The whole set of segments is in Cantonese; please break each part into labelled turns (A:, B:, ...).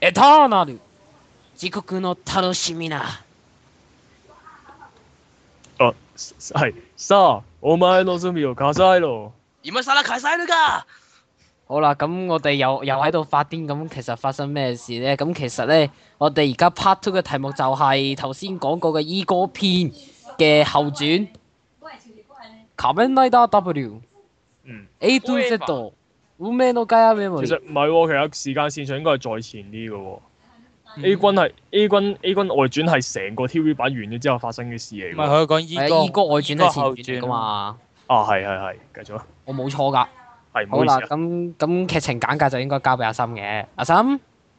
A: エターナル自国の楽しみな
B: あ、すはい。さあ、お前の罪を数えろ。
C: 今更返されるか
A: 好啦，咁我哋又又喺度發癲咁，其實發生咩事呢？咁其實呢，我哋而家 part two 嘅題目就係頭先講過嘅 E 歌篇嘅後傳《卡面ライダー W
B: 嗯，》
A: A to Z と「運命のガヤメモ
B: 其
A: リ
B: 實唔係喎，其實時間線上應該係再前啲嘅喎。A
D: 嗯
B: 軍係 A 軍 A 軍外傳係成個 TV 版完咗之後發生嘅事嚟
D: 唔
B: 㗎
D: 係
B: 喎。
D: 佢講依
A: 係啊 E
D: 哥，
A: 歌外傳係前傳嚟
D: 後
A: 噶
D: 傳
A: 嘛，
B: 啊，係係係，繼續啊。
A: 我冇錯㗎。
B: 係，唔好
A: 好
B: 意思
A: 啦，
B: 啊。
A: 咁咁劇情簡介就應該交俾阿森嘅。阿森，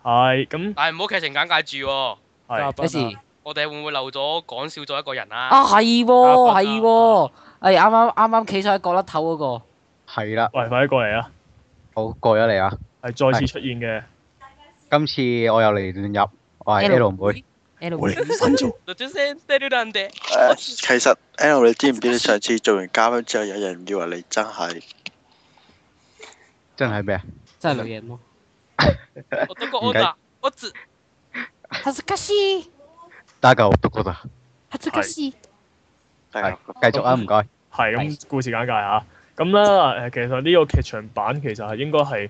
B: 係咁
C: 但係唔好劇情簡介住喎，
B: 係
A: 有事
C: 我哋會唔會漏咗講少咗一個人啊？
A: 啊係喎
D: 啊
A: 係喎，係啱啱啱啱企咗喺角落頭嗰個。
E: 係啦，
B: 喂，快啲過嚟啊！
E: 好過咗嚟啊！
B: 係再次出現嘅。
E: 今次我又嚟亂入，我係
A: L
E: L 妹，
A: L
B: 喂新造
C: 律政先爹哋人哋
F: 誒，其實 L，你知唔知你上次做完嘉賓之後，有人以為你真係
E: 真係咩啊？
A: 真係女人咯。
C: 我得個安娜，我只
A: 恥ずかしい
E: 打救都覺得
A: 恥ずかしい。
E: 係繼續啊，唔該。
B: 係咁，故事簡介嚇。咁啦，誒，呃其實呢個劇場版其實係應該係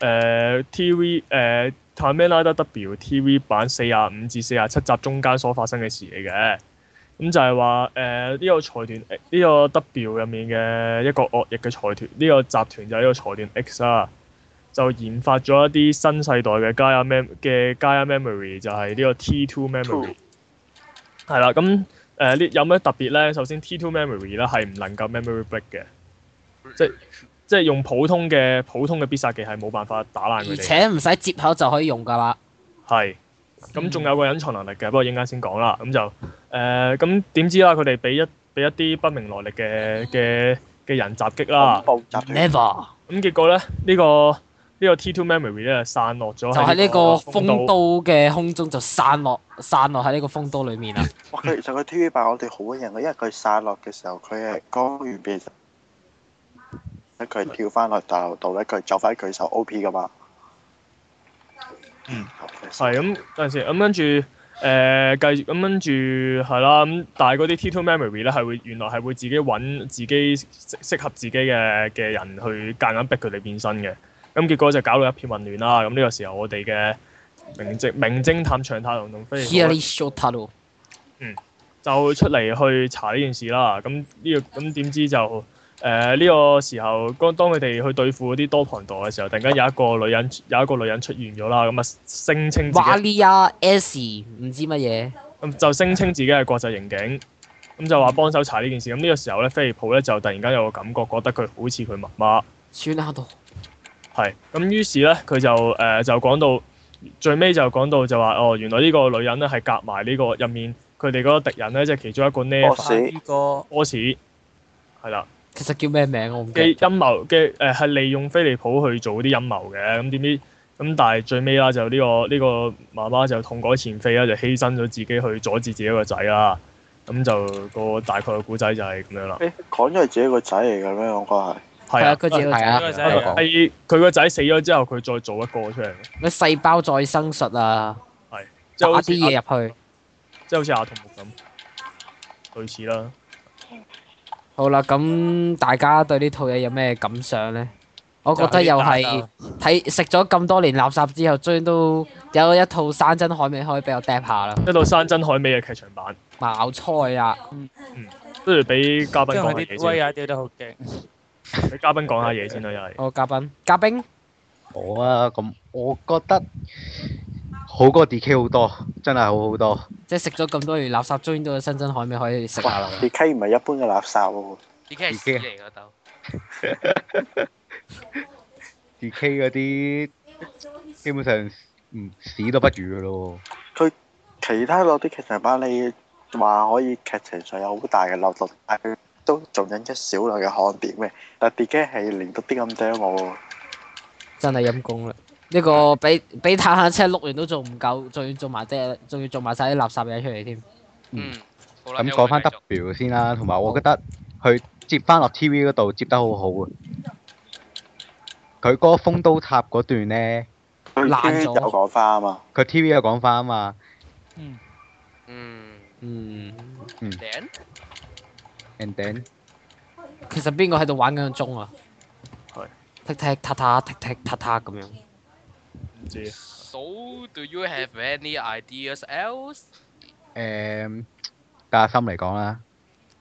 B: 誒、TV 誒、呃《探咩拉德 W》TV 版四廿五至四廿七集中間所發生嘅事嚟嘅。咁就係話誒呢個財團呃呢、個 W 入面嘅一個惡役嘅財團，呢、個集團就係呢個財團 X 啦，就研發咗一啲新世代嘅 Gaia Mem 嘅 Gaia Memory，就係呢個 T2 Memory。係啦，咁誒呃呢有咩特別咧？首先 T2 memory 咧係唔能夠 memory break 嘅，即係即係用普通嘅普通嘅必殺技係冇辦法打爛
A: 而
B: 佢哋。
A: 且唔使接口就可以用㗎啦。
B: 係。
A: 嗯
B: 咁仲有個隱藏能力嘅，不過應間先講啦。咁就誒呃咁點知啦？佢哋俾一俾一啲不明來歷嘅嘅嘅人襲擊
A: 哦
B: 啦。
F: 恐怖集團
A: Never
B: 咁結果咧，呢、個呢、個 T2 memory 咧散落
A: 就
B: 咗
A: 喺
B: 喺
A: 呢個風
B: 度。
A: 都嘅空中就散落散落喺呢個風都裏面啦。
F: 哇！佢其實佢 TV 版我哋好嘅人，因為佢散落嘅時候，佢係剛完變，佢跳翻落大樓度咧，佢走翻佢手 OP 噶嘛。
B: 嗯，係咁嗰陣時，咁跟住誒繼續咁跟住係啦，咁但係嗰啲 T2 memory 咧係會原來係會自己揾自己適適合自己嘅嘅人去夾硬逼佢哋變身嘅，咁結果就搞到一片混亂啦。咁呢個時候我哋嘅名偵名偵探長太郎同飛
A: h e r
B: 龍
A: e s h o t a r o
B: 就出嚟去查呢件事啦。咁呢、個咁點知就呃誒呢、個時候，當當佢哋去對付嗰啲多旁道嘅時候，突然間有一個女人有一個女人出現咗啦，咁啊聲稱自己
A: v a l i a S 唔知乜嘢，
B: 咁就聲稱自己係國際刑警，咁就話幫手查呢件事。咁呢個時候咧，菲利普咧就突然間有個感覺，覺得佢好似佢媽媽，
A: 算啦度。
B: 係咁。於是咧，佢就誒、呃就講到最尾就講到就話哦，原來呢個女人咧係夾埋呢個入面佢哋嗰個敵人咧，即係其中一個 n e
F: 死
D: 依哥，
B: 波士係啦
A: 其實叫咩名我唔記
B: 嘅
A: 得。
B: 陰謀嘅誒係利用菲利普去做啲陰謀嘅。咁點知咁但係最尾啦，就呢、個呢、個媽媽就痛改前非啦，就犧牲咗自己去阻止自己個仔啦。咁就個大概嘅故仔就係咁樣啦。
F: 誒講咗係自己個仔嚟嘅咩？我覺係。
B: 係
A: 係啊，
B: 啊，
A: 佢自己個
E: 係
A: 仔
E: 啊，
D: 個仔
E: 我講
B: 係佢個仔死咗之後，佢再做一個出嚟，
A: 咩細胞再生術啊，
B: 即
A: 打
B: 係好似
A: 啲嘢入去。
B: 即係好似阿童木咁，類似啦。
A: 好啦，咁大家對呢套嘢有咩感想呢？我覺得又係睇食咗咁多年垃圾之後，終於都有一套山珍海味可以俾我 d 下啦。
B: 一到山珍海味嘅劇場版，
A: 茅菜啊！
B: 不如俾嘉賓
D: 將
B: 講
D: 佢
B: 下嘢
D: 啲威
B: 先。
E: 啊
D: 亞掉得好勁。
B: 俾嘉賓講下嘢先啦，又係。
A: 我嘉賓，嘉賓
E: 我啊，咁我覺得好過 DK 好多，真係好好多。
A: 即係食咗咁多年垃圾，終於都有新真海味可以食啊下啦。
F: 哇！你 K 唔係一般嘅垃圾喎。
C: 已經係屎嚟㗎都。
E: DK 嗰啲基本上唔屎都不如噶咯
F: 其他嗰啲劇情版，你話可以劇情上有好大嘅漏洞，但係佢都仲有一少量嘅看點嘅。但係 D.K 係連到啲咁多都冇喎。
A: 真係陰公啦！呢個俾俾坦克車碌完都做唔夠，仲要做埋啲，仲要做埋晒啲垃圾嘢出嚟添。
C: 嗯，好啦，
E: 喎。咁講翻
C: 繼續
E: W 先啦，同埋我覺得佢接翻落 TV 嗰度接得好好啊。佢嗰個風都塔嗰段咧，
F: 佢
A: 爛
F: TV
A: 咗
F: 有講花啊嘛，
E: 佢 TV 有講法啊嘛，
C: 嗯，
A: 嗯，
C: 頂
E: and then
A: 其實邊個喺度玩緊個鐘啊？踢
B: 係
A: 踢踏踏踢踢踏踏咁樣。
B: 唔知啊
C: So do you have any ideas else？
E: 誒，加心嚟講啦，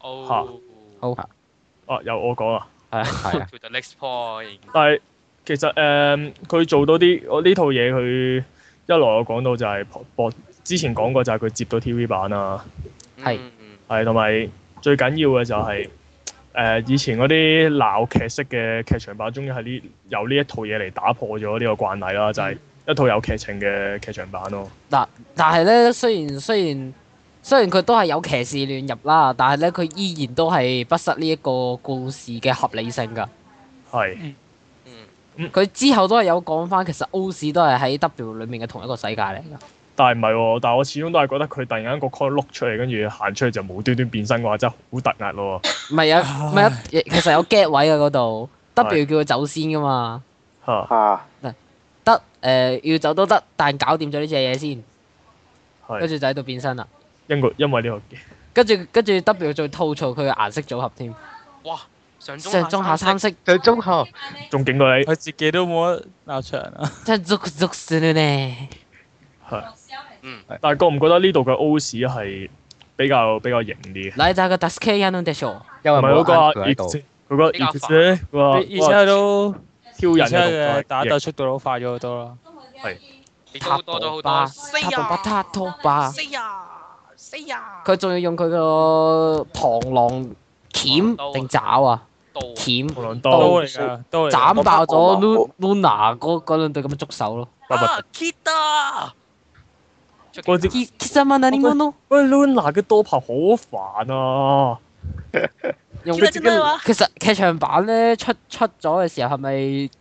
C: 哦，
A: 好
B: 啊，由我講啊。
E: 係啊，
C: Oh， To the next point。
B: 但係其實誒，嗯佢、做到啲我呢套嘢，佢一來我講到就係播播之前講過就係佢接到 TV 版啊，
A: 係
C: 嗯。嗯
B: 係同埋最緊要嘅就係、呃以前嗰啲鬧劇式嘅劇場版，終於係呢由呢一套嘢嚟打破咗呢個慣例啦，就係、一套有劇情嘅劇場版咯。
A: 但係咧，雖然雖然雖然佢都係有騎士亂入啦，但係咧佢依然都係不失呢一個故事嘅合理性㗎。
B: 係
C: 嗯
A: 佢之後都係有講翻，其實 O 市都係喺 W 裏面嘅同一個世界嚟㗎。
B: 但係唔係喎？但係我始終都係覺得佢突然間個 call 碌出嚟，跟住行出去就無端端變身嘅話，真係好突兀咯。
A: 唔係啊，唔係啊，其實有 get 位啊嗰度。W 叫佢走先㗎嘛，
B: 嚇
F: 啊，
A: 得誒、呃要走都得，但搞掂咗呢只嘢先，跟
B: 係
A: 住就喺度變身啦。
B: 因個因為呢個
A: 跟住跟住 W 再吐槽佢嘅顏色組合添，
C: 哇！上中
A: 上中下三
C: 色
A: 色，
E: 最中後
B: 仲勁過你
D: 佢自己都冇得鬧出人啊！
A: 真係足足算啦咧。
B: 係。
C: 嗯，
B: 但係覺唔覺得呢度嘅 O 市係比較比較型啲嘅？
A: 嚟就係個 Dusky a n o d e s h o
E: 因為
B: 同埋
E: 冇
B: 嗰個啊
E: a 佢喺度，
B: Ex- 嗰個
C: 比較
B: Ex 咧，
D: 而
B: 哇
D: 而且哦都
B: 挑
D: 而
B: 人
D: 且
B: 嘅
D: 嘅
B: 打
D: 打
B: 鬥
D: 鬥速度都快咗好多啦。
C: 亦都多咗好
A: 塔羅。
C: 多四
A: 塔羅巴
C: 啊，
A: 塔托巴，
C: 四啊，四啊。
A: 佢仲要用佢個螳螂鉗定爪啊？
C: 到啊
A: 鉗
B: 無論
D: 刀
B: 多
D: 嚟㗎，刀嚟㗎。
A: 斬爆咗
F: 我
A: Lu- Luna 嗰嗰兩對咁嘅觸手咯。
B: 八八
C: 啊，Kita。
B: 嗰啲
A: Ki- Kisama nani mono？
B: 喂 Luna 嘅多拍好煩啊！
A: 用
C: 其實真係話
A: 其實劇場版咧出出咗嘅時候係咪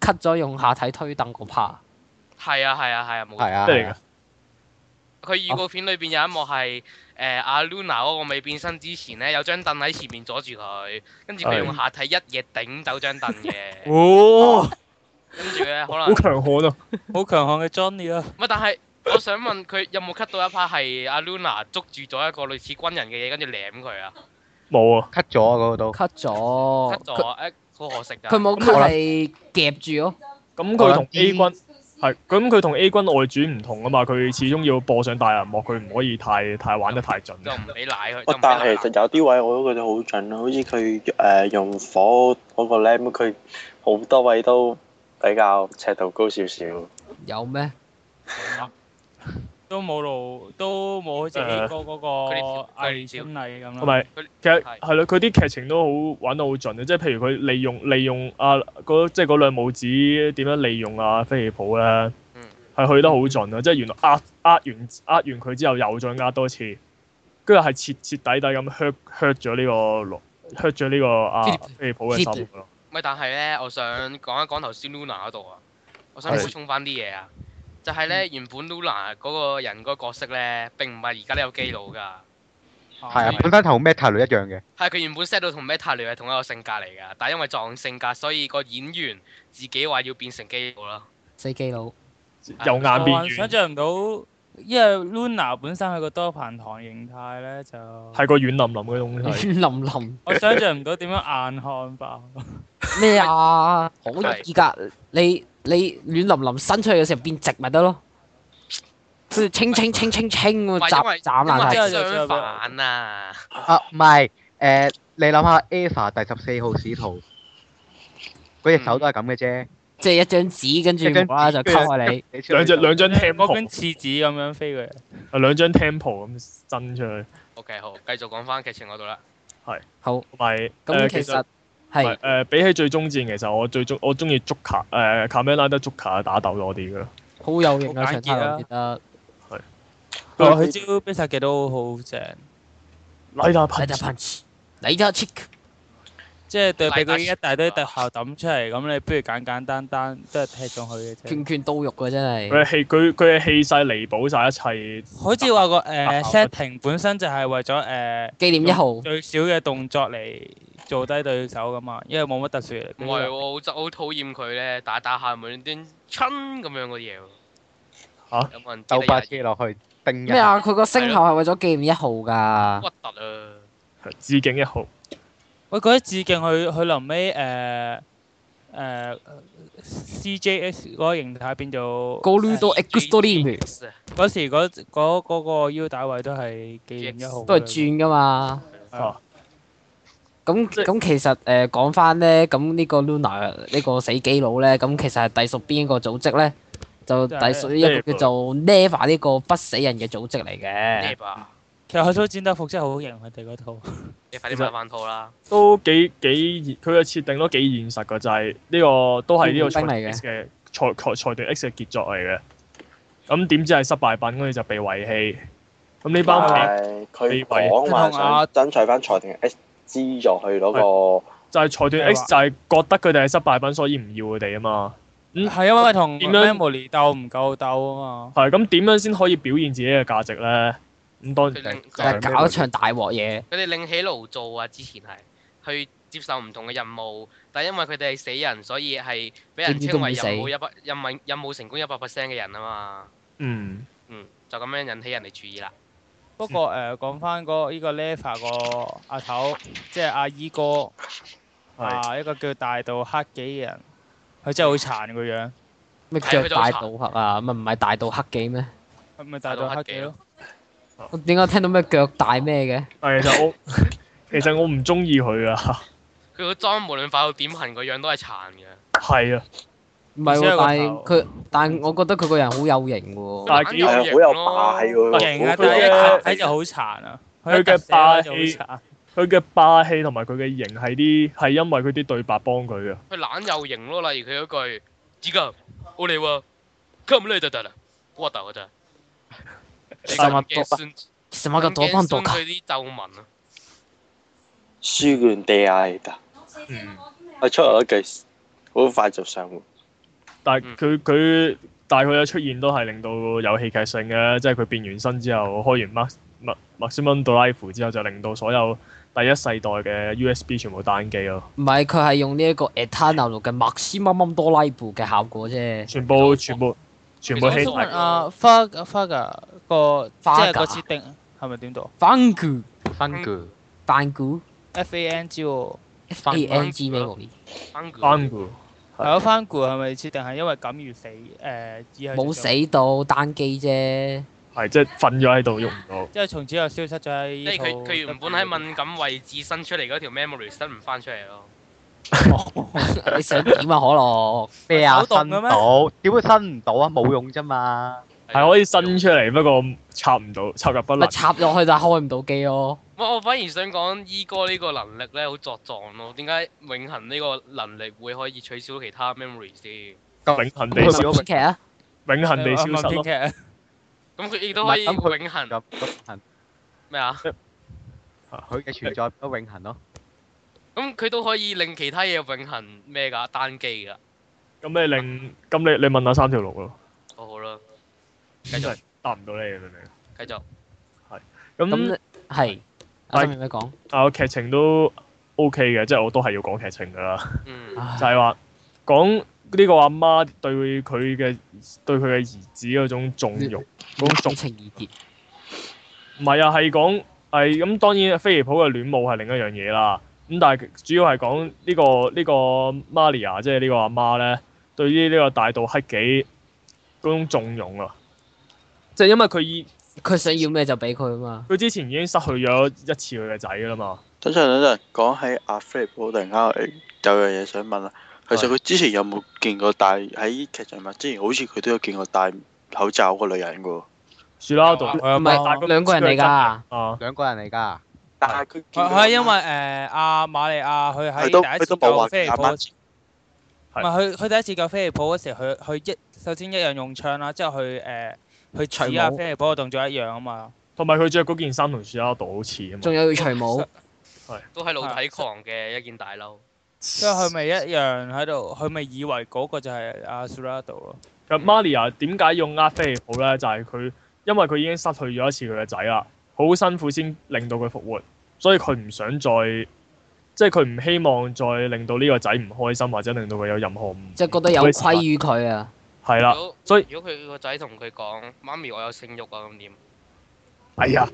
A: cut 咗用下體推凳嗰 part？
C: 係啊係啊係啊，冇
E: 係啊，
B: 咩嚟㗎
E: 係啊
C: 佢預告片裏邊有一幕係誒阿 Luna 嗰個未變身之前咧，有張凳喺前面阻住佢，跟住佢用下體一嘢頂走張凳嘅，
B: 哦，
C: 跟住咧可能
B: 好強悍啊！
D: 好強悍嘅 Johnny 啊！
C: 唔係，但係我想問佢有冇 cut 到一 part 係阿 Luna 捉住咗一個類似軍人嘅嘢，跟住舐佢啊
B: 冇啊，
E: ，cut 咗啊嗰個都，
A: cut 咗
C: ？cut，咗
A: 哦佢
C: 誒，好可惜啊㗎。
A: 佢冇 cut 係夾住咯。
B: 咁佢
E: 我
B: 同
E: 諗
B: A 軍係咁佢同 A 軍外傳唔同啊嘛，佢始終要播上大銀幕，佢唔可以太太玩得太盡。啊
C: 就唔俾奶佢。就
F: 我
C: 唔俾
F: 但
C: 奶
F: 係其實有啲位我都覺得好準咯，好似佢誒用火嗰個咧，佢好多位都比較尺度高少少。
A: 有咩？
D: 都冇路，都冇好似 A 哥嗰個藝春麗咁啦。哦
B: 同埋
C: 佢
B: 其實
C: 係
B: 係咯，佢啲劇情都好玩得好盡嘅，啊即係譬如佢利用利用啊嗰即係嗰兩母子點樣利用啊飛利浦咧，係、
C: 嗯
B: 去得好盡啊！即係原來呃呃完呃完佢之後又再呃多次，跟住係徹徹底底咁 hurt hurt 咗呢個羅 hurt 咗呢個啊
A: 菲利普
B: 飛利浦嘅心咯。
C: 咪但係咧，我想講一講頭先 Luna 嗰度啊，我想
B: 係
C: 補充翻啲嘢啊，就係咧原本 Luna 嗰個人嗰個角色咧，並唔係而家呢個基佬㗎，
E: 係啊，本身同咩泰雷一樣嘅，
C: 係佢原本 set 到同 Meta 女係同一個性格嚟㗎，但係因為撞性格，所以個演員自己話要變成基佬啦。
A: 死基佬。
B: 由
D: 我
B: 眼變
D: 幻想
B: 軟
D: 象唔到，因為 Luna 本身佢個多彭糖形態咧就，
B: 係個軟淋淋嘅 東西。
A: 林林
D: 我想象唔到點樣硬漢爆。
A: 咩啊？好
C: 係
A: 易㗎！你你亂淋淋伸出去嘅時候變直咪得咯，佢清清清清清
C: 唔
A: 咁
C: 係因為
A: 斬斬
C: 因
A: 爛
C: 為
A: 晒。
C: 係相反啊，
E: 啊唔係誒，你諗下 Eva 第十四號使徒，嗰隻手都係咁嘅啫，
A: 即係一張紙，跟住
E: 一張
A: 無啦啦就溝開你。
E: 你出去
B: 兩隻
E: 就
B: 兩張 t e m
D: 嗰
B: p
D: 根廁紙咁樣飛過嚟，
B: 兩張 t e m p 咁伸出去，
C: OK，好，繼續講翻劇情嗰度啦。
A: 好，
B: 同埋
A: 咁
B: 誒
A: 其
B: 其實
A: 實
B: 唔係
A: 係
B: 誒，比起最終戰，其實我最中我中意捉卡誒卡梅拉德捉卡打鬥多啲嘅咯。
A: 好有型啊！
D: 好
A: 長太
D: 簡潔
A: 郎
D: 啊
A: 記得，
D: 哇！哦佢招必殺技都好正，
B: 拉打
A: 你
B: 噴
A: 就 punch，你就 check。
D: 即係對比佢一大堆特效抌出嚟，咁你不如簡簡單單都係踢中佢嘅啫。
A: 拳拳到肉啊！真係
B: 佢嘅氣佢佢嘅氣勢彌補晒一切。
D: 好似話個誒
B: 效
D: setting 本身就係為咗誒
A: 紀念一號，
D: 最少嘅動作嚟做低對手噶嘛，因為冇乜特殊
C: 唔
D: 力。
C: 係喎，我好憎好討厭佢咧，打打下無端端親咁樣嗰啲嘢喎。
B: 嚇
C: 有冇人知
E: 兜
C: 你
E: 巴
C: 係
E: 車落去叮人
A: 咩啊？佢個星號係為咗紀念一號㗎。
C: 核突啊？
B: 致敬一號，
D: 我覺得致敬佢佢臨尾誒誒 CJS 嗰個形態變咗
A: Goludo
C: G-
A: Extreme
C: G-
D: 嗰時嗰嗰嗰個腰帶位都係紀念一號，
A: 都係轉㗎嘛。
B: 啊
A: 咁
B: 即係
A: 咁其實誒講翻咧，咁呢個 Luna 呢個死基佬咧，咁其實係隸屬邊一個組織咧？就隸屬於一個叫做 Never 呢個不死人嘅組織嚟
C: 咩
A: 嘅。
C: 吧？
D: 其實佢都剪得服真係好型，佢哋嗰套。
C: 你快啲買翻套啦！
B: 都幾幾現佢嘅設定都幾現實㗎，就係、呢個都係呢個
A: 僱兵嚟
B: 財
A: 嘅
B: X 嘅財財財團 X 嘅傑作嚟嘅。咁點知係失敗品，跟住就被遺棄。咁呢班人
F: 係佢講話想爭取翻財哎團 S 資助去嗰個
B: 就係財團 X 就係覺得佢哋係失敗品，所以唔要佢哋啊嘛。嗯
D: 係因為同
B: 點樣
D: Memory 鬥唔夠鬥啊嘛。
B: 係咁點樣先可以表現自己嘅價值咧？咁當
C: 佢
B: 然
C: 拎
A: 就
C: 佢
A: 係
B: 係
A: 搞一場大鑊嘢。
C: 佢哋另起爐灶啊！之前係去接受唔同嘅任務，但係因為佢哋係死人，所以係俾人稱為任務一百任務任務成功一百 percent 嘅人啊嘛。
B: 嗯
C: 嗯，就咁樣引起人哋注意啦。
D: 不過誒講翻嗰依個 Leva 個阿頭，即係阿姨哥
B: 係
D: 啊，一個叫大道黑幾嘅人，佢真係好殘個樣，
A: 咩
C: 係
A: 叫
C: 佢就
A: 大
C: 查
A: 盜黑啊？咪唔係大盜黑記咩？
D: 佢咪大道黑幾咯。
A: 我點解聽到咩腳大咩嘅？
B: 係其實我其實我唔中意佢啊，
C: 佢個妝無論化到點痕，個樣都係殘嘅。
B: 係啊，
A: 唔係
D: 而
A: 喎，
D: 且有個
A: 但係佢，但係我覺得佢個人好有型喎。
B: 但係幾
F: 係
C: 有
F: 啊好
C: 型
F: 有
C: 咯
F: 霸氣喎，
D: 型啊，
F: 好
B: 佢
D: 但係一
B: 嘅
D: 睇睇就好殘啊。
B: 佢嘅
D: 一突射
B: 霸
D: 就
B: 氣
D: 好殘。
B: 佢嘅霸氣同埋佢嘅型係啲係因為佢啲對白幫佢啊，
C: 佢懶又型咯，例如佢嗰句指甲我嚟喎，come 咧就得啦，我得我得。你
A: 十萬
C: 咁
A: 多
C: 嘅
A: 啊
C: 孫，
A: 什麼叫多方多卡？
C: 佢啲皺紋啊，
F: 輸完地啊嚟㗎。
B: 嗯，
F: 我出嚟一句，好快就上門。
B: 但係佢佢但係佢嘅出現都係令到有戲劇性嘅，即係佢變完身之後開完 Max 麥麥斯蒙杜拉夫之後，就令到所有第一世代嘅 USB 全部單機咯，
A: 唔係，佢係用呢一個 Eternal 嘅麥斯乜乜多拉布嘅效果啫。
B: 全部全部全部
C: 其
B: 起
C: 實
D: 我
C: 我
D: 想
B: 埋
D: 問啊，Fug Fug 個即係
A: Fugger
D: 個設定係咪點讀
A: Fangu
E: 分句
A: 扮古
D: F A N G 喎？
A: F A N G memory
C: 翻佢
B: 單股
D: 係咯，翻顧係咪設定係因為咁而死？誒，以後
A: 冇死到單機啫。
B: 係即係瞓咗喺度用唔到，
D: 即係啊從此又消失咗
C: 即
D: 喺呢
C: 係
D: 套
C: 佢佢原本喺敏感位置伸出嚟嗰條 memory 伸唔翻出嚟咯。
A: 你想點啊？可樂
E: 咩啊？
D: 手動
E: 伸
D: 嘅咩
E: 到，點會伸唔到啊？冇用啫嘛。
C: 啊
B: 係可以伸出嚟，不過插唔到，插入不
A: 咪
B: 能。
A: 插落去但係開唔到機咯。
C: 我我反而想講依哥呢個能力咧好作狀咯，點解永恆呢個能力會可以取消其他 memory 先？
B: 永恆
A: 咪
B: 地消，
E: 佢
A: 編劇啊，
B: 永恆地消失咯。
D: 咯。
C: 咁佢亦都可以
E: 唔
C: 永
E: 係咁佢
C: 恆
E: 咁咁行，
C: 咩啊？
E: 佢嘅存在都永恆咯。
C: 咁佢都可以令其他嘢永恆咩㗎單機㗎。
B: 咁你令咁你你問下三條路咯，
C: 哦好好啦，
B: 繼續答唔到你，明唔明？
C: 繼續。
B: 咁
A: 咁係阿心有咩講？
B: 嗯但我劇情都 OK 嘅，即係我都係要講劇情㗎啦，
C: 嗯。
B: 就
A: 唉
B: 係話講呢個阿媽對佢嘅對佢嘅兒子嗰種縱容，嗰種
A: 感
B: 縱
A: 情意結
B: 唔係啊，係講係咁當然飛利浦嘅戀母係另一樣嘢啦，咁但係主要係講呢、個呢、個 Maria 即係呢個阿媽咧，對於呢個大道黑幾嗰種縱容啊，即係因為佢已
A: 佢想要咩就俾佢啊嘛。
B: 佢之前已經失去咗一次佢嘅仔㗎啦嘛。
F: 等陣等陣，講起阿 Philip，我突然間有樣嘢想問啦。其實佢之前有冇見過戴喺劇場版之前，好似佢都有見過戴口罩個女人嘅喎。
B: 樹啦度
D: 唔
A: 唔係哦兩個人嚟㗎。哦
B: 啊，
E: 兩個人嚟㗎。
F: 但係佢見
D: 佢
F: 佢
D: 佢啊因為誒阿瑪利亞佢喺
F: 佢都
D: 第一
F: 佢
D: 次
F: 都冇
D: 救
F: 話
D: 菲利
F: 阿
D: 普，
F: 媽
D: 唔係佢佢第一次救菲利普嗰時，佢佢一首先一樣用槍啦，之後佢誒佢指阿菲利普嘅動作一樣啊嘛，
B: 同埋佢着嗰件衫同樹啦度好似啊嘛
A: 仲。有要除 帽，
C: 都係老體狂嘅一件大褸。
D: 之後佢咪一樣喺度，佢咪以為嗰個就係阿 Surado 咯，
B: 其實 Maria 點解要呃菲利普咧？就係、佢因為佢已經失去咗一次佢嘅仔啦，好辛苦先令到佢復活，所以佢唔想再，即係佢唔希望再令到呢個仔唔開心，或者令到佢有任何唔
A: 即係覺得有虧於佢啊。
B: 係啦，
C: 如果
B: 所以
C: 如果佢個仔同佢講媽咪我有性慾啊咁點？
B: 哎呀，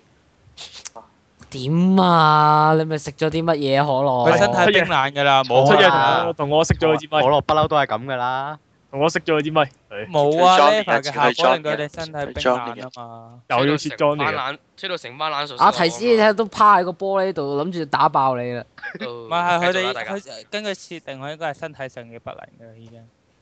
A: 點啊？你咪食咗啲乜嘢可
D: 佢
A: 樂？
D: 身體冰冷㗎啦，冇啊
E: 好
B: 出嘢
D: 啦
B: 同我，同我熄咗佢支咪
E: 可，樂不嬲都係咁噶啦。
B: 同我熄咗佢支咪，哎唉
D: 冇啊
F: Johnny
D: ，Lever 嘅效果令佢哋身體冰冷啊嘛。
B: 又要切
C: 吹到
B: John
C: 成班
B: 嚟嘅，啊
C: 冷，吹到成班冷水。
A: 阿
D: 啊
A: 啊提斯，你睇下都趴喺個玻璃度，諗住打爆你啦！
C: 唔
D: 唔係係佢哋，
C: 大家
D: 佢根據設定，佢應該係身體上嘅不能㗎啦，已經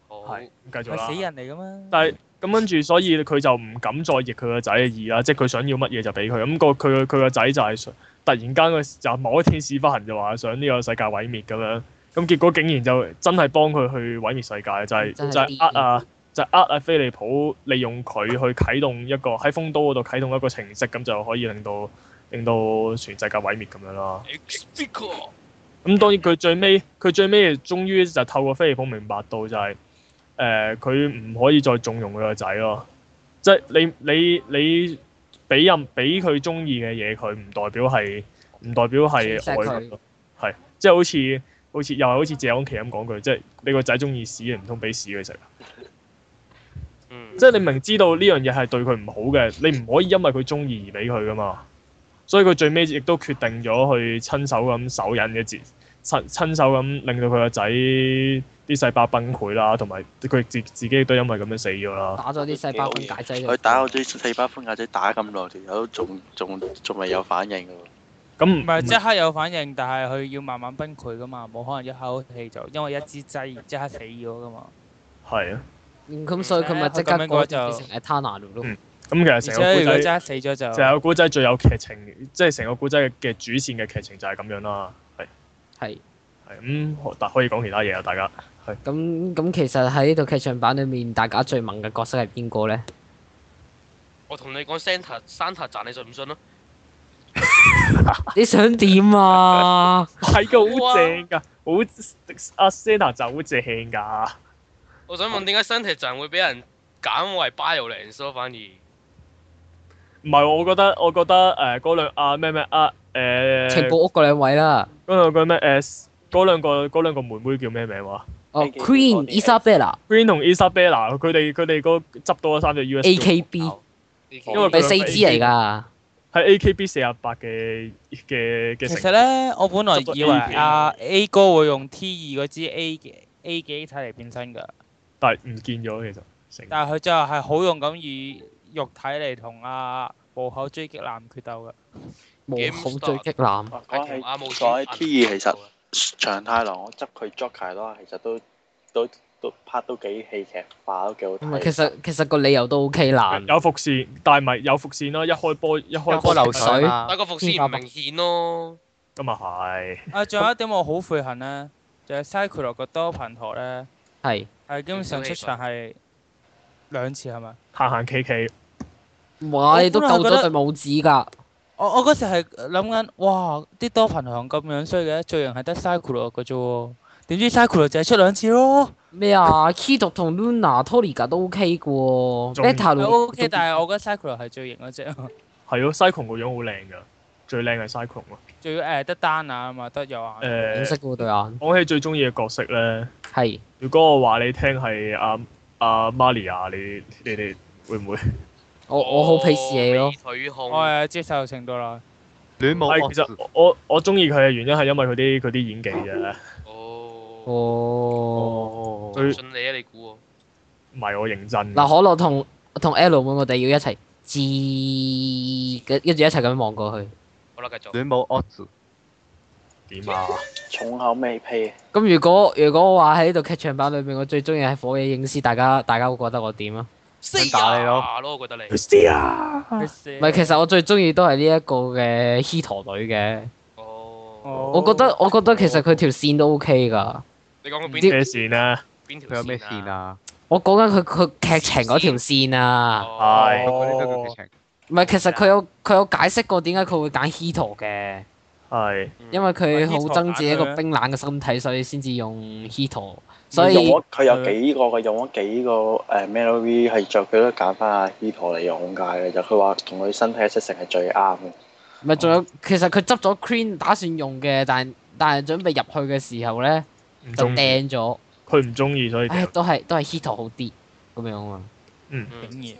C: 好
B: 係咁繼續啦。
D: 係死人嚟㗎嘛。
A: 嗯
B: 但係咁跟住，所以佢就唔敢再逆佢個仔嘅意啦，即係佢想要乜嘢就俾佢。咁、個佢佢個仔就係想突然間佢就某一天屎忽痕就話想呢個世界毀滅咁樣，咁結果竟然就真係幫佢去毀滅世界，就係、
A: 真係
B: 就係
A: 癲
B: 呃啊就係呃啊菲利普利用佢去啟動一個喺風都嗰度啟動一個程式，咁就可以令到令到全世界毀滅咁樣啦。
C: Ex Pico
B: 咁當然佢最尾佢最尾終於就透過菲利普明白到就係誒佢唔可以再縱容佢個仔咯，即係你你你俾任俾佢中意嘅嘢，佢唔代表係唔代表係愛佢咯，係即係好似好似又係好似謝安琪咁講句，即係你個仔中意屎，你唔通俾屎佢食啊？
C: 嗯，
B: 即係你明知道呢樣嘢係對佢唔好嘅，你唔可以因為佢中意而俾佢噶嘛。所以佢最尾亦都決定咗去親手咁手引嘅節，親親手咁令到佢個仔啲細胞崩潰啦，同埋佢自自己亦都因為咁樣死咗啦。
A: 打咗啲細胞分解劑
F: 佢打我
A: 佢。
F: 啲四班番架仔打咁耐，條友仲仲仲未有反應嘅
B: 咁
F: 喎。
B: 嗯
D: 唔係即刻有反應，但係佢要慢慢崩潰噶嘛，冇可能一口氣就因為一支劑而即刻死咗噶嘛。
B: 係啊，
A: 咁所以佢咪即刻
D: 咁樣嘅話
A: 改
D: 就
A: 變成 a t a n a 咯。
B: 咁
D: 而
B: 其實
D: 且
B: 成個
D: 如果
B: 古
D: 即
B: 仔，
D: 刻死咗就
B: 成個古仔最有劇情，即係成個古仔嘅嘅主線嘅劇情就係咁樣啦。係
A: 係。
B: 係咁，但可以講其他嘢啊，大 家。
A: 咁咁其實喺呢套劇場版裏面，大家最猛嘅角色係邊個咧？
C: 我同你講 Santa Santa 賺你信唔信咯？
A: 你想點 啊？
B: 係嘅，好
C: 哇
B: 正㗎，好阿 Santa 就好正㗎。
C: 我想問點解 Santa 賺會俾人揀為 Biolance 咯？反而係
B: 唔係，我覺得我覺得誒嗰兩啊咩咩啊誒
A: 情報屋嗰兩位啦。
B: 嗰兩個咩誒嗰兩個嗰兩個妹妹叫咩名話
A: 哦
F: 呢幾個
A: ，Queen
F: 我哋
A: Isabella
B: ？Green 同 Isabella 佢哋佢哋嗰執到嗰三隻 US
A: AKB
B: 因為佢
A: 咪四支嚟㗎。
B: 係 AKB 四廿八嘅嘅嘅
D: 其
B: 成
D: 實
B: 員。
D: 咧，我本來
B: 執咗
D: 以為
B: A 片
D: 阿 A 哥會用 T 二嗰支 A 嘅 A 記體嚟變身㗎，
B: 但係唔見咗其實成
D: 但係佢最後係好勇咁以肉體嚟同阿無口追擊男決鬥㗎。
A: 無
C: Game
A: 孔最激男。
F: 我
C: 哦係阿冇
F: 所謂 T 二其實長太郎，我執佢 Joker 咯，其實都都都拍都幾戲劇化，都幾好
A: 唔係，
F: 睇。
A: 啊其實其實個理由都 OK 難。
B: 有伏線，但係咪有伏線啦？一開波一開
E: 波
B: 波
E: 流
A: 水
E: 水啊
C: 但個
E: 嘛，
C: 伏線唔明顯咯。
B: 咁啊係
D: 啊，仲有一點我好悔恨咧，就係 Cyclo 個多頻陀咧，
A: 係
D: 係基本上出場係兩次係咪？
B: 行行企企，
A: 哇！你都救
D: 我本來
A: 咗對
D: 覺得
A: 拇指㗎。
D: 我我嗰時係諗緊，哇！啲多頻行咁樣衰嘅，最型係得 Cyclo 嘅啫喎，點知 Cyclo 就係出兩次咯。
A: 咩啊？Kido 同 Luna、Toriga 都 OK 嘅喎。
B: 仲
A: Beta
D: 佢
A: 同
D: OK，但係我覺得 Cyclo 係最型 嗰只，
B: 係咯，Cyclone 個樣好靚㗎，最靚係 Cyclone 咯。
D: 最誒得單眼啊嘛，得右眼。
A: 唔
B: 誒
A: 識喎對眼。
B: 講起最中意嘅角色咧。
A: 係
B: 如果我話你聽係阿阿 Maria，你你哋會唔會？
A: 我我好鄙視你咯。
C: 腿控
D: 我係接受程度啦，
E: 戀
A: 哦
E: 母
B: 係
E: 惡
B: 其實我我中意佢嘅原因係因為佢啲佢啲演技啊啫，
C: 哦，
A: 哦。
E: 哦
B: 最
C: 信你啊！你估
B: 唔係我認真。
A: 嗱，可樂同同 L 妹，我哋要一齊知，跟跟住一齊咁樣望過去。
C: 我好啦，繼續。
E: 戀母惡子
B: 點啊？
F: 重口味屁，
A: 咁如果如果我話喺呢度劇場版裏面，我最中意係火影影師，大家大家會覺得我點啊？
C: 想
E: 打你咯
C: 咯，我覺得你。
A: 啊
D: 唔
A: 唔係，其實我最中意都係呢一個嘅 h i t o 女嘅。
C: 哦，
D: 我
A: 我覺得我覺得其實佢條線都 OK 㗎。
C: 你講個邊
A: 唔知
B: 咩線啊？
C: 邊條
E: 佢有咩線？啊？
A: 我講緊佢佢劇情嗰條線啊。
B: 係
E: 我覺得
D: 哦
E: 佢劇情
A: 唔係，其啊嗯實佢有佢有解釋過點解佢會揀 Hito 嘅，
B: 係
A: 因為佢好憎自己一個冰冷嘅身體，所以先至用 Hito。所以
F: 用咗佢有幾個，佢用咗幾個誒 Melody 係着，佢都揀翻阿 Hito 啊嚟用界嘅，就佢話同佢身體嘅七成係最啱嘅。
A: 咪仲有，其實佢執咗 Queen 打算用嘅，但但係準備入去嘅時候咧
B: 唔
A: 就
B: 中意，
A: 掟咗。
B: 佢唔中意所以啊
A: 唉，
B: 掉
A: 都係都係 Hito 好啲。咁樣啊嘛。
C: 嗯
D: 竟然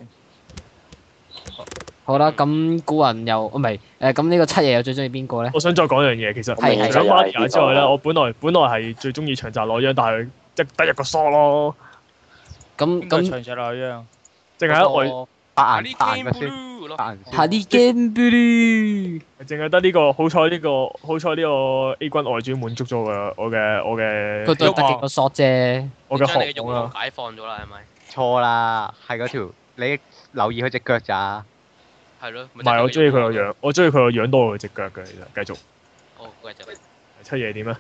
A: 好
B: 嗯
A: 啦，咁古人又唔係誒，咁呢個七爺又最中意邊個咧？
B: 我想再講一樣嘢，其實除
A: 係係
B: 咗 m a r 之外咧，
F: 係
B: 我本來本來係最中意長澤內央，但係即係得一個 shot 咯，
A: 咁
D: 邊個
A: 咁
D: 長著內央？
B: 淨係一
A: 哦
E: 白銀白
C: Hurricane
E: 銀嘅先，
C: Blue 咯，
E: 白銀先。
A: 下啲 game blue
B: 外，淨係得呢個好彩呢個好彩呢個 A 軍外傳滿足咗我嘅我嘅我
A: 佢對
B: 嘅
A: 得幾個 shot 啫。
B: 我
C: 你
B: 嘅
C: 將你
B: 渴
C: 嘅慾
B: 望啦
C: 望。解放咗啦，係咪？
E: 錯啦，係嗰條你留意佢只腳咋？
C: 係咯，
B: 唔
C: 唔
B: 係我中意佢個。樣，我中意佢個樣多過佢只腳嘅，其實繼續
C: 哦，嗰隻
B: 七爺點咧？啊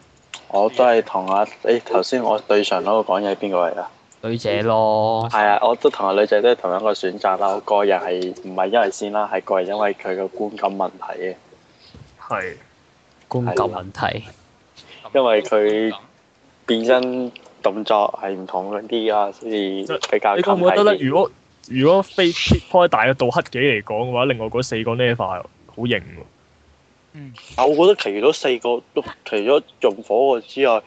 F: 我都係啊同阿誒頭先我對上嗰個講嘢係邊個嚟啊？
A: 女姐咯，
F: 係啊，我都同阿女仔都係同一個選擇啦。我個人係唔係因為先啦，係個人因為佢嘅觀感問題嘅。
B: 係
A: 觀感問題。
F: 因為佢變身動作係唔同嗰啲啊，所以比較
B: 你覺
F: 近
B: 唔覺得
F: 睇
B: 咧？
F: 啲。
B: 如果如果非撇開大嘅杜克幾嚟講嘅話，另外嗰四個 Neva 好型喎。
F: 但啊我覺得其餘嗰四個都除咗用火個之外，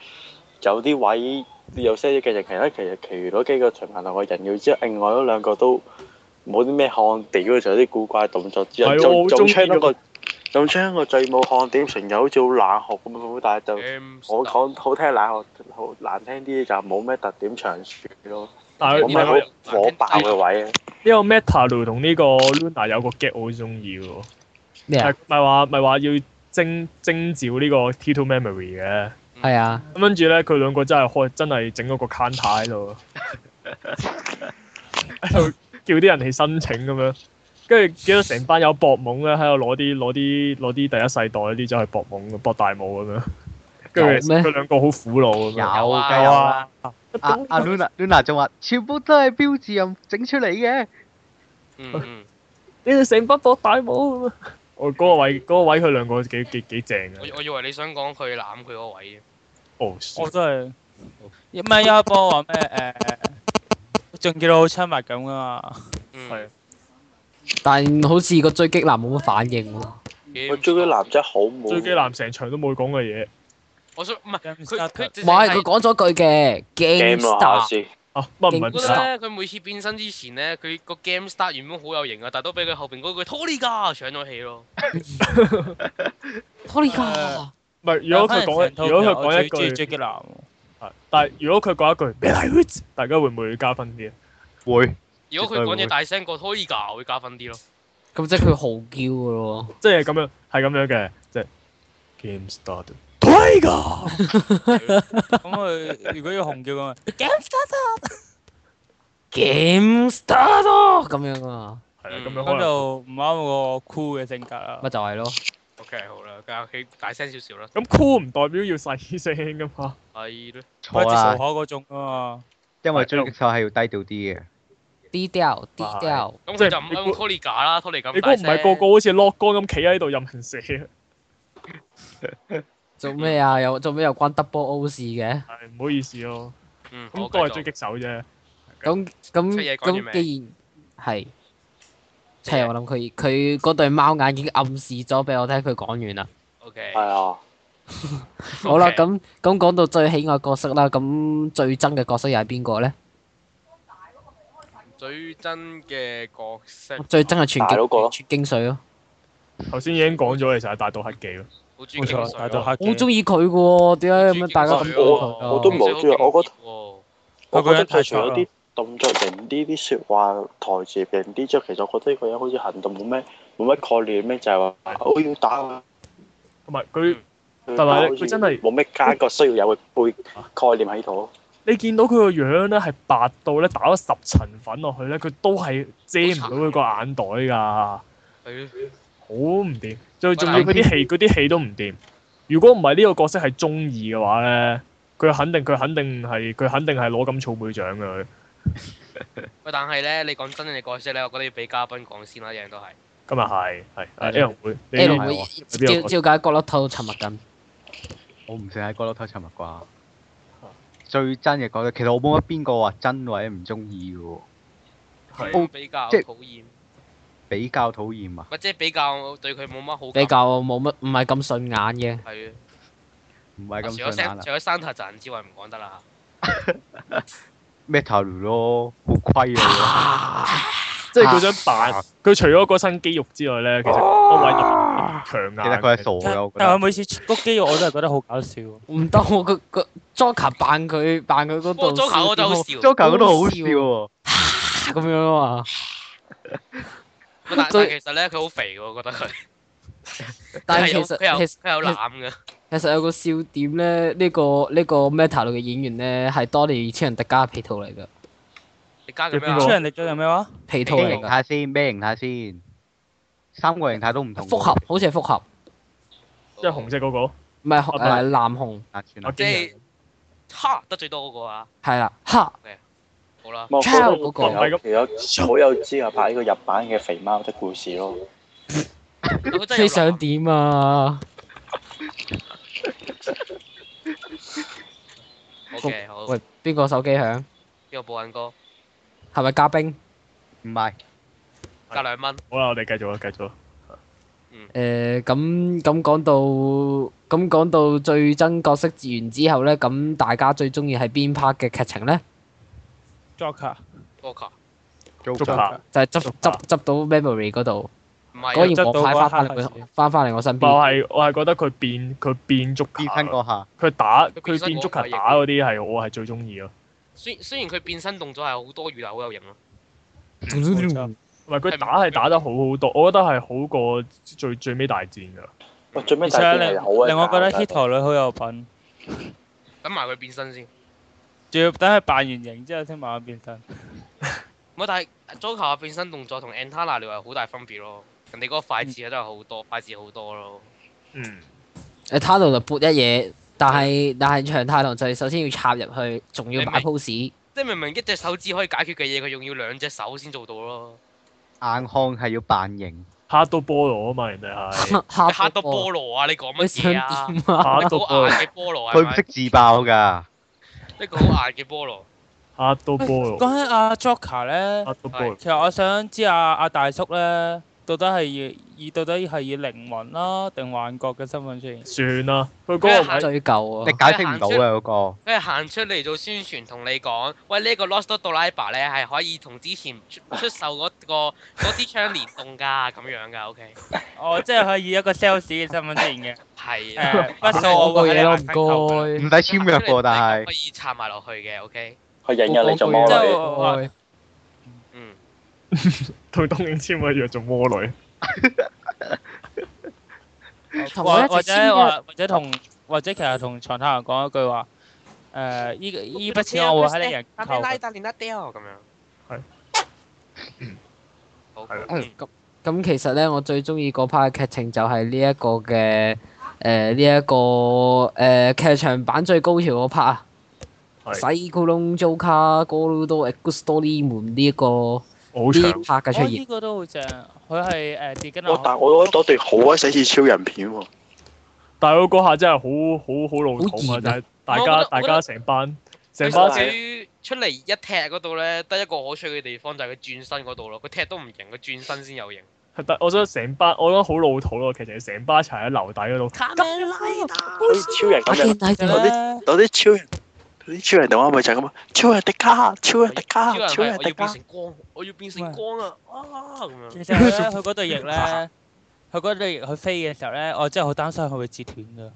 F: 有啲位有些嘅人其他其實其餘嗰幾個循環同個人妖之外，另外嗰兩個都冇啲咩看點，除咗啲古怪動作之外，
B: 係我好鍾
F: 仲仲
B: 意
F: 將嗰
B: 嗰個
F: 個仲將個最冇看點成日好似好冷酷咁樣，但係就我講好聽係冷酷，好難聽啲就係冇咩特點長處咯，
B: 但
F: 冇
B: 係
F: 咩
B: 然
F: 好
B: 後
F: 火爆嘅位啊。
B: 呢個 Metalu 同呢個 Luna 有個 get 我好中意嘅喎，
A: 咩啊
B: 係？咪話咪話要徵徵召呢個 Tito Memory 嘅。
A: 係啊，
B: 咁跟住咧，佢兩個真係開真係整咗個 counter 喺度，喺度叫啲人嚟申請咁樣。跟住見到成班友搏懵咧，喺度攞啲攞啲攞啲第一世代嗰啲走去搏懵，搏大霧咁樣。跟住
A: 有咩
B: 佢兩個好苦惱咁
E: 有
B: 樣。
C: 有啊
E: 梗有啦。
B: 一
E: 阿
B: 刀
E: 阿 Luna Luna 啊仲話：全部都係標誌人整出嚟嘅。
C: 嗯嗯，
B: 你哋成班搏大霧 咁樣。我嗰個位嗰個位佢兩個幾幾幾正啊
C: 我
B: 嘅。
C: 我以為你想講佢攬佢嗰位嘅，
B: 哦，
D: 我都係，唔係有一波話咩誒，仲叫到好親密咁噶嘛？
B: 係
C: 嗯，
A: 但好似個追擊男冇乜反應喎。
F: 我追嗰男仔好冇。
B: 追機男成場都冇講嘅嘢。
C: 我想唔係
D: 佢
C: 佢佢直
A: 唔
C: 情係
A: 係，佢講咗句嘅
F: game
A: game
F: 咯下
A: star
F: 先。
B: 啊，乜唔係
A: 勁
C: 我
B: 唔
C: 覺得
B: 係
C: 咧，佢每次變身之前咧，佢個 game start 原本好有型啊，但係都俾佢後邊嗰句 Tony 噶搶咗氣咯。
A: t o n
B: 唔係？如果
D: 誒
B: 佢講一如果佢講一句
D: 最。激男，
B: 係啊但係如果佢講一句 b e l i 大家會唔會加分啲啊？
E: 會
C: 如果佢講嘢大聲過 Tony 噶，會加分啲咯。
A: 咁即係佢傲嬌嘅咯
B: 即係咁樣，係咁樣嘅，即係 game start tiger。
D: 咁佢如果要紅叫 咁啊
A: ，game star 咯咁樣啊，
B: 係啦，咁
C: 嗯
B: 樣可
D: 咁
B: 能
D: 就唔啱我個 cool 嘅性格啦
A: 咪。就係咯。
C: OK，好啦，加佢大聲少少啦。
B: 咁 cool 唔代表要細聲噶嘛。
C: 係咯，
E: 錯
D: 佢係直
E: 啦
D: 無，可嗰種啊嘛。
E: 因為追擊手係要低調啲嘅。
A: 低調低
B: 係
A: 調，
C: 咁
B: 即係
C: 佢就唔
B: 你估
C: 用 Tony 噶啦，Tony 咁
B: 你估
C: 大
B: 唔
C: 聲。
B: 係個個好似落杆咁企喺度任人射啊？
A: 做咩啊？有做咩有關 double O 事嘅？
B: 係唔好意思咯，
C: 嗯，好
B: 咁都係
C: 繼
B: 追
C: 續
B: 擊手啫。
A: 咁咁
C: 出嘢講完
A: 咁，
C: 未
A: 既然係，即係我諗佢佢嗰對貓眼已經暗示咗俾我聽，佢講完 啦。
C: OK，
F: 係啊，
A: 好啦，
C: OK
A: 咁咁講到最喜愛角色啦，咁最憎嘅角色又係邊個咧？
C: 最真嘅角色，
A: 最憎係全
F: 大佬個咯
A: 經全經水咯，
B: 頭先已經講咗，其實係大到黑記咯。
C: 好中意
D: 冇
C: 經
D: 錯，
C: 水
D: 大到
C: 咯。
D: 黑
A: 我好
D: 嘅。
A: 中意佢嘅喎，點解哎咁樣大家咁講
C: 追擊
A: 佢
C: 水咯
A: 㗎？
F: 我都冇中意我覺
C: 得
F: 我
D: 佢個
F: 覺得
D: 人
F: 佢
D: 太
F: 除
D: 長
F: 咗
D: 啦
F: 啲。動作型啲、啲説話台詞型啲之後，其實我覺得呢個人好似行動冇咩冇乜概念咩，就係話我要打佢。
B: 同埋
C: 嗯
B: 佢，
F: 但
B: 係咪佢真係
F: 冇咩加個需要有嘅背概念喺度，
B: 你見到佢個樣咧係白到咧打咗十層粉落去咧，佢都係遮唔到佢個眼袋㗎。
C: 係咯，
B: 好唔掂，最重要嗰啲戲嗰啲戲都唔掂。如果唔係呢個角色係中意嘅話咧，佢肯定佢肯定係佢肯定係攞金草莓獎嘅佢。
C: 喂，但係咧，你講真嘅角色咧，我覺得要俾嘉賓講先啦，一樣都係。
B: 今日啊係係
A: 係
B: A 龍會，你
A: A 龍
E: 係
A: 會
E: 喎
B: 邊
A: 照
B: 個
A: 照解角落頭沉默緊，
E: 我唔想喺角落頭沉默啩。最真嘅角色，其實我冇乜邊個話真或者唔中意嘅喎，
B: 係
C: 比較
E: 即係
C: 討厭，
E: 比較討厭啊。
C: 或者比較對佢冇乜好
A: 比
C: 感。
A: 較冇乜唔係咁順眼
C: 係啊
E: 唔係
C: 除咗
E: 咁順眼
C: 啊聲，
E: 啦
C: 除。咗 Santa 陣之外唔講得啦。
E: Metal 咯，好虧啊！
B: 即係佢想扮，佢除咗嗰身肌肉之外咧，其實個位特別強硬。
E: 哦其實佢係傻嘅，我覺
D: 但係
E: 得哦
D: 我。每次谷肌肉我都係覺得好搞笑。
A: 唔得，我個個 Joker 扮佢扮佢嗰
C: 不過
A: 度
C: 足球哦
A: 笑
C: 我就好
A: 點好
C: 笑，
E: Joker 嗰度好笑喎，
A: 咁樣啊嘛。
C: 但但
A: 最
C: 其實咧佢好肥喎，我覺得佢。
A: 但
C: 佢
A: 係
C: 有
A: 其實
C: 佢有
A: 其實
C: 佢有攬嘅，
A: 其實有個笑點咧，呢、個呢、個 Meta 嘅演員咧係當年超人迪加嘅皮套嚟㗎，
C: 你加咁
B: 邊個
D: 超
C: 樣啊？
D: 人力咗有咩話？
A: 皮套
E: 咩
A: 嚟
E: 形
A: 㗎，
E: 態先？咩形態先？三個形態都唔同。
A: 複合好似係複合，
B: 即係紅色嗰個。
A: 唔係
B: 啊
A: 誒藍紅
E: 啊，算
B: 我
E: 啦。
C: 即
B: 見人
C: 係哈得最多嗰個啊，
A: 係啦，嚇
C: 好啦。
F: 我覺
A: Child
F: 得
A: 嗰
B: 個
F: 其實其實好有資格拍呢個日版嘅肥貓的故事咯。
C: 佢真係有
A: 你想
C: 攬
A: 點啊？
C: ？OK，好。
A: 喂，邊個手機響？
C: 邊個報緊歌？
A: 係咪嘉冰？
E: 唔係，
C: 加兩蚊。
B: 好啦，我哋繼續啦，繼續啦。啊
A: 誒呃咁咁講到咁講到最憎角色完之後咧，咁大家最中意係邊 part 嘅劇情咧？
D: Joker，
C: Walker
B: 捉白
A: 就係執執執到 memory 嗰度，
C: 唔係
A: 果
C: 啊，
A: 然
D: 執到
A: 王牌
D: 嗰
A: 翻
D: 一刻
A: 翻
D: 開
A: 嚟
D: 始
A: 翻翻嚟我身
B: 我
A: 邊。
B: 係我係覺得佢變佢變足球
E: 變，身嗰下，
B: 佢打
C: 佢
B: 佢
C: 變身
B: 變足球
C: 嗰下亦
B: 打嗰啲係我係最中意咯。
C: 雖雖然佢變身動作係好多餘，但係好有型咯。
D: 冇 錯
B: 唔係佢打係打得好好多，我覺得係好過最最尾大戰㗎。
F: 喂，最尾
D: 而
F: 大
D: 且
F: 戰
D: 令
F: 係好鬼
D: 令我覺得
F: 搞
D: Hito 女好有品，
C: 等埋佢變身先。
D: 仲要等佢扮完型之後先慢慢變身。
C: 唔係，但係 Joker 嘅變身動作同 Antana 你話好大分別咯。人哋嗰個筷子真係好多，筷子好多咯。
B: 嗯，
A: 誒 t a d o 就撥一嘢，但係但係長太郎就係首先要插入去，仲要
C: 你
A: 擺
C: 明
A: pose。
C: 即係明明一隻手指可以解決嘅嘢，佢仲要兩隻手先做到咯。
E: 硬漢係要扮型，
B: 黑到菠蘿啊嘛，人哋 係
A: 嚇
C: 你嚇到菠蘿啊！你講
A: 你
C: 乜
A: 想
C: 嘢
A: 點
C: 啊？
A: 啊？
B: 黑
C: 一個
B: 到
C: 好
B: 菠
C: 硬
B: 蘿，
C: 嘅菠蘿係
E: 佢唔
C: 咪
E: 識？自爆㗎。
C: 一個好硬嘅菠蘿。
B: 黑到菠
D: 講
B: 蘿，
D: 起哦阿 Joker 咧
B: 黑，到菠蘿。
D: 其實我想知阿阿大叔咧，到底係以以到底係以靈魂啦定幻覺嘅身份出現？
B: 算啦，佢嗰個
C: 哎
B: 位
A: 追究啊
E: 你！解釋唔到嘅嗰
C: 佢係行出嚟做宣傳，同你講：喂，呢、個 Lost d o l a b a 咧係可以同之前出出售嗰、個嗰啲槍連動㗎，咁樣㗎。OK，
D: 哦，即係可以以一個 sales 嘅身份出現嘅。
C: 係啊。
D: 誒，不數
A: 我
D: 我
A: 個
D: 會
A: 嘢
D: 喺
A: 咯，
D: 你眼睛
E: 個，唔
D: 後面
A: 唔
E: 使簽約過，但
C: 可以插埋落去嘅，OK，
F: 佢
A: 該。
F: 引誘你做魔
D: 我
F: 女
D: 覺，得
A: 我個嘢
C: 嗯，
B: 同東影簽一約做魔女，
A: 同我一齊
D: 或或
A: 簽
D: 者
A: 約
D: 或或者同或者其實同長太人講一句話，誒依依筆錢我會喺你人
C: 阿
D: 扣。
C: 拉達連得掉咁樣，
B: 係，
C: 好，
B: 係啦
C: 嗯
A: 咁咁其實咧，我最中意嗰 part 嘅劇情就係呢一個嘅呃誒呢一個誒、呃、劇場版最高潮嗰 part 啊，
B: 係
A: 洗窟窿 Joker Gorudo e g u s t o r y 門呢一個
B: 好
A: 呢
B: 長。
A: part 嘅
D: 哦
A: 出現
D: 呢。個都好正，佢係呃誒自己
F: 哇！但我覺得嗰段好鬼死似超人片喎。
B: 但係佢嗰下真係好好好老土
A: 好
B: 啊！
A: 熱
B: 就
A: 啊
B: 係大
C: 我
B: 家
C: 覺得
B: 大家成班成
C: 佢
B: 班
F: 成
B: 成
C: 佢啊出嚟一踢嗰度咧，得一個可取嘅地方就係佢轉身嗰度咯，佢踢都唔型，佢轉身先有型。
B: 但我想成班我覺得好老土咯，其實成班一齊喺樓底嗰度。
C: 卡梅拉達，
F: 好似超人咁樣，
A: 睇
D: 咧
F: 我啲嗰啲超人，嗰啲超人動畫咪就係咁啊！超人迪卡，超人迪卡，啊
C: 超
F: 超
C: 人係
F: 人
C: 我
F: 迪
C: 要變
F: 卡。
C: 成光，我要變成光啊！啊咁樣，
D: 其實 咧，佢嗰對翼咧，佢嗰對翼佢飛嘅時候咧，我真係好擔心佢會折斷㗎。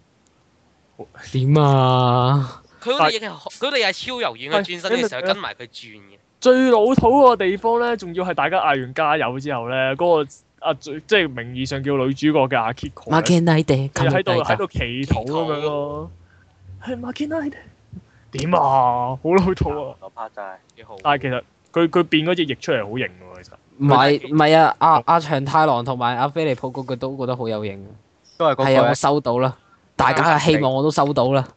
A: 點啊？
C: 佢嗰對嘢係佢嗰對嘢係超柔軟嘅，
B: 喂
C: 轉身嘅時候跟埋佢轉嘅。
B: 最老土個地方咧，仲要係大家嗌完加油之後咧，嗰、個啊最即係名義上叫女主角嘅阿 Kiko
A: 馬
B: 呢
A: 基奈迪，
B: 佢喺度
A: 琴日
B: 喺
A: 第
B: 度祈禱咁樣咯。係馬基拉點啊？好老土啊！
F: 我拍就係
C: 幾好。
B: 但係其實佢佢變嗰隻翼出嚟好型喎，其實
A: 唔係唔係啊！阿阿長太郎同埋阿菲利普嗰句都覺得好有型啊。
E: 係都係
A: 係啊，我
E: 嗰
A: 收到啦，大家嘅希望我都收到啦，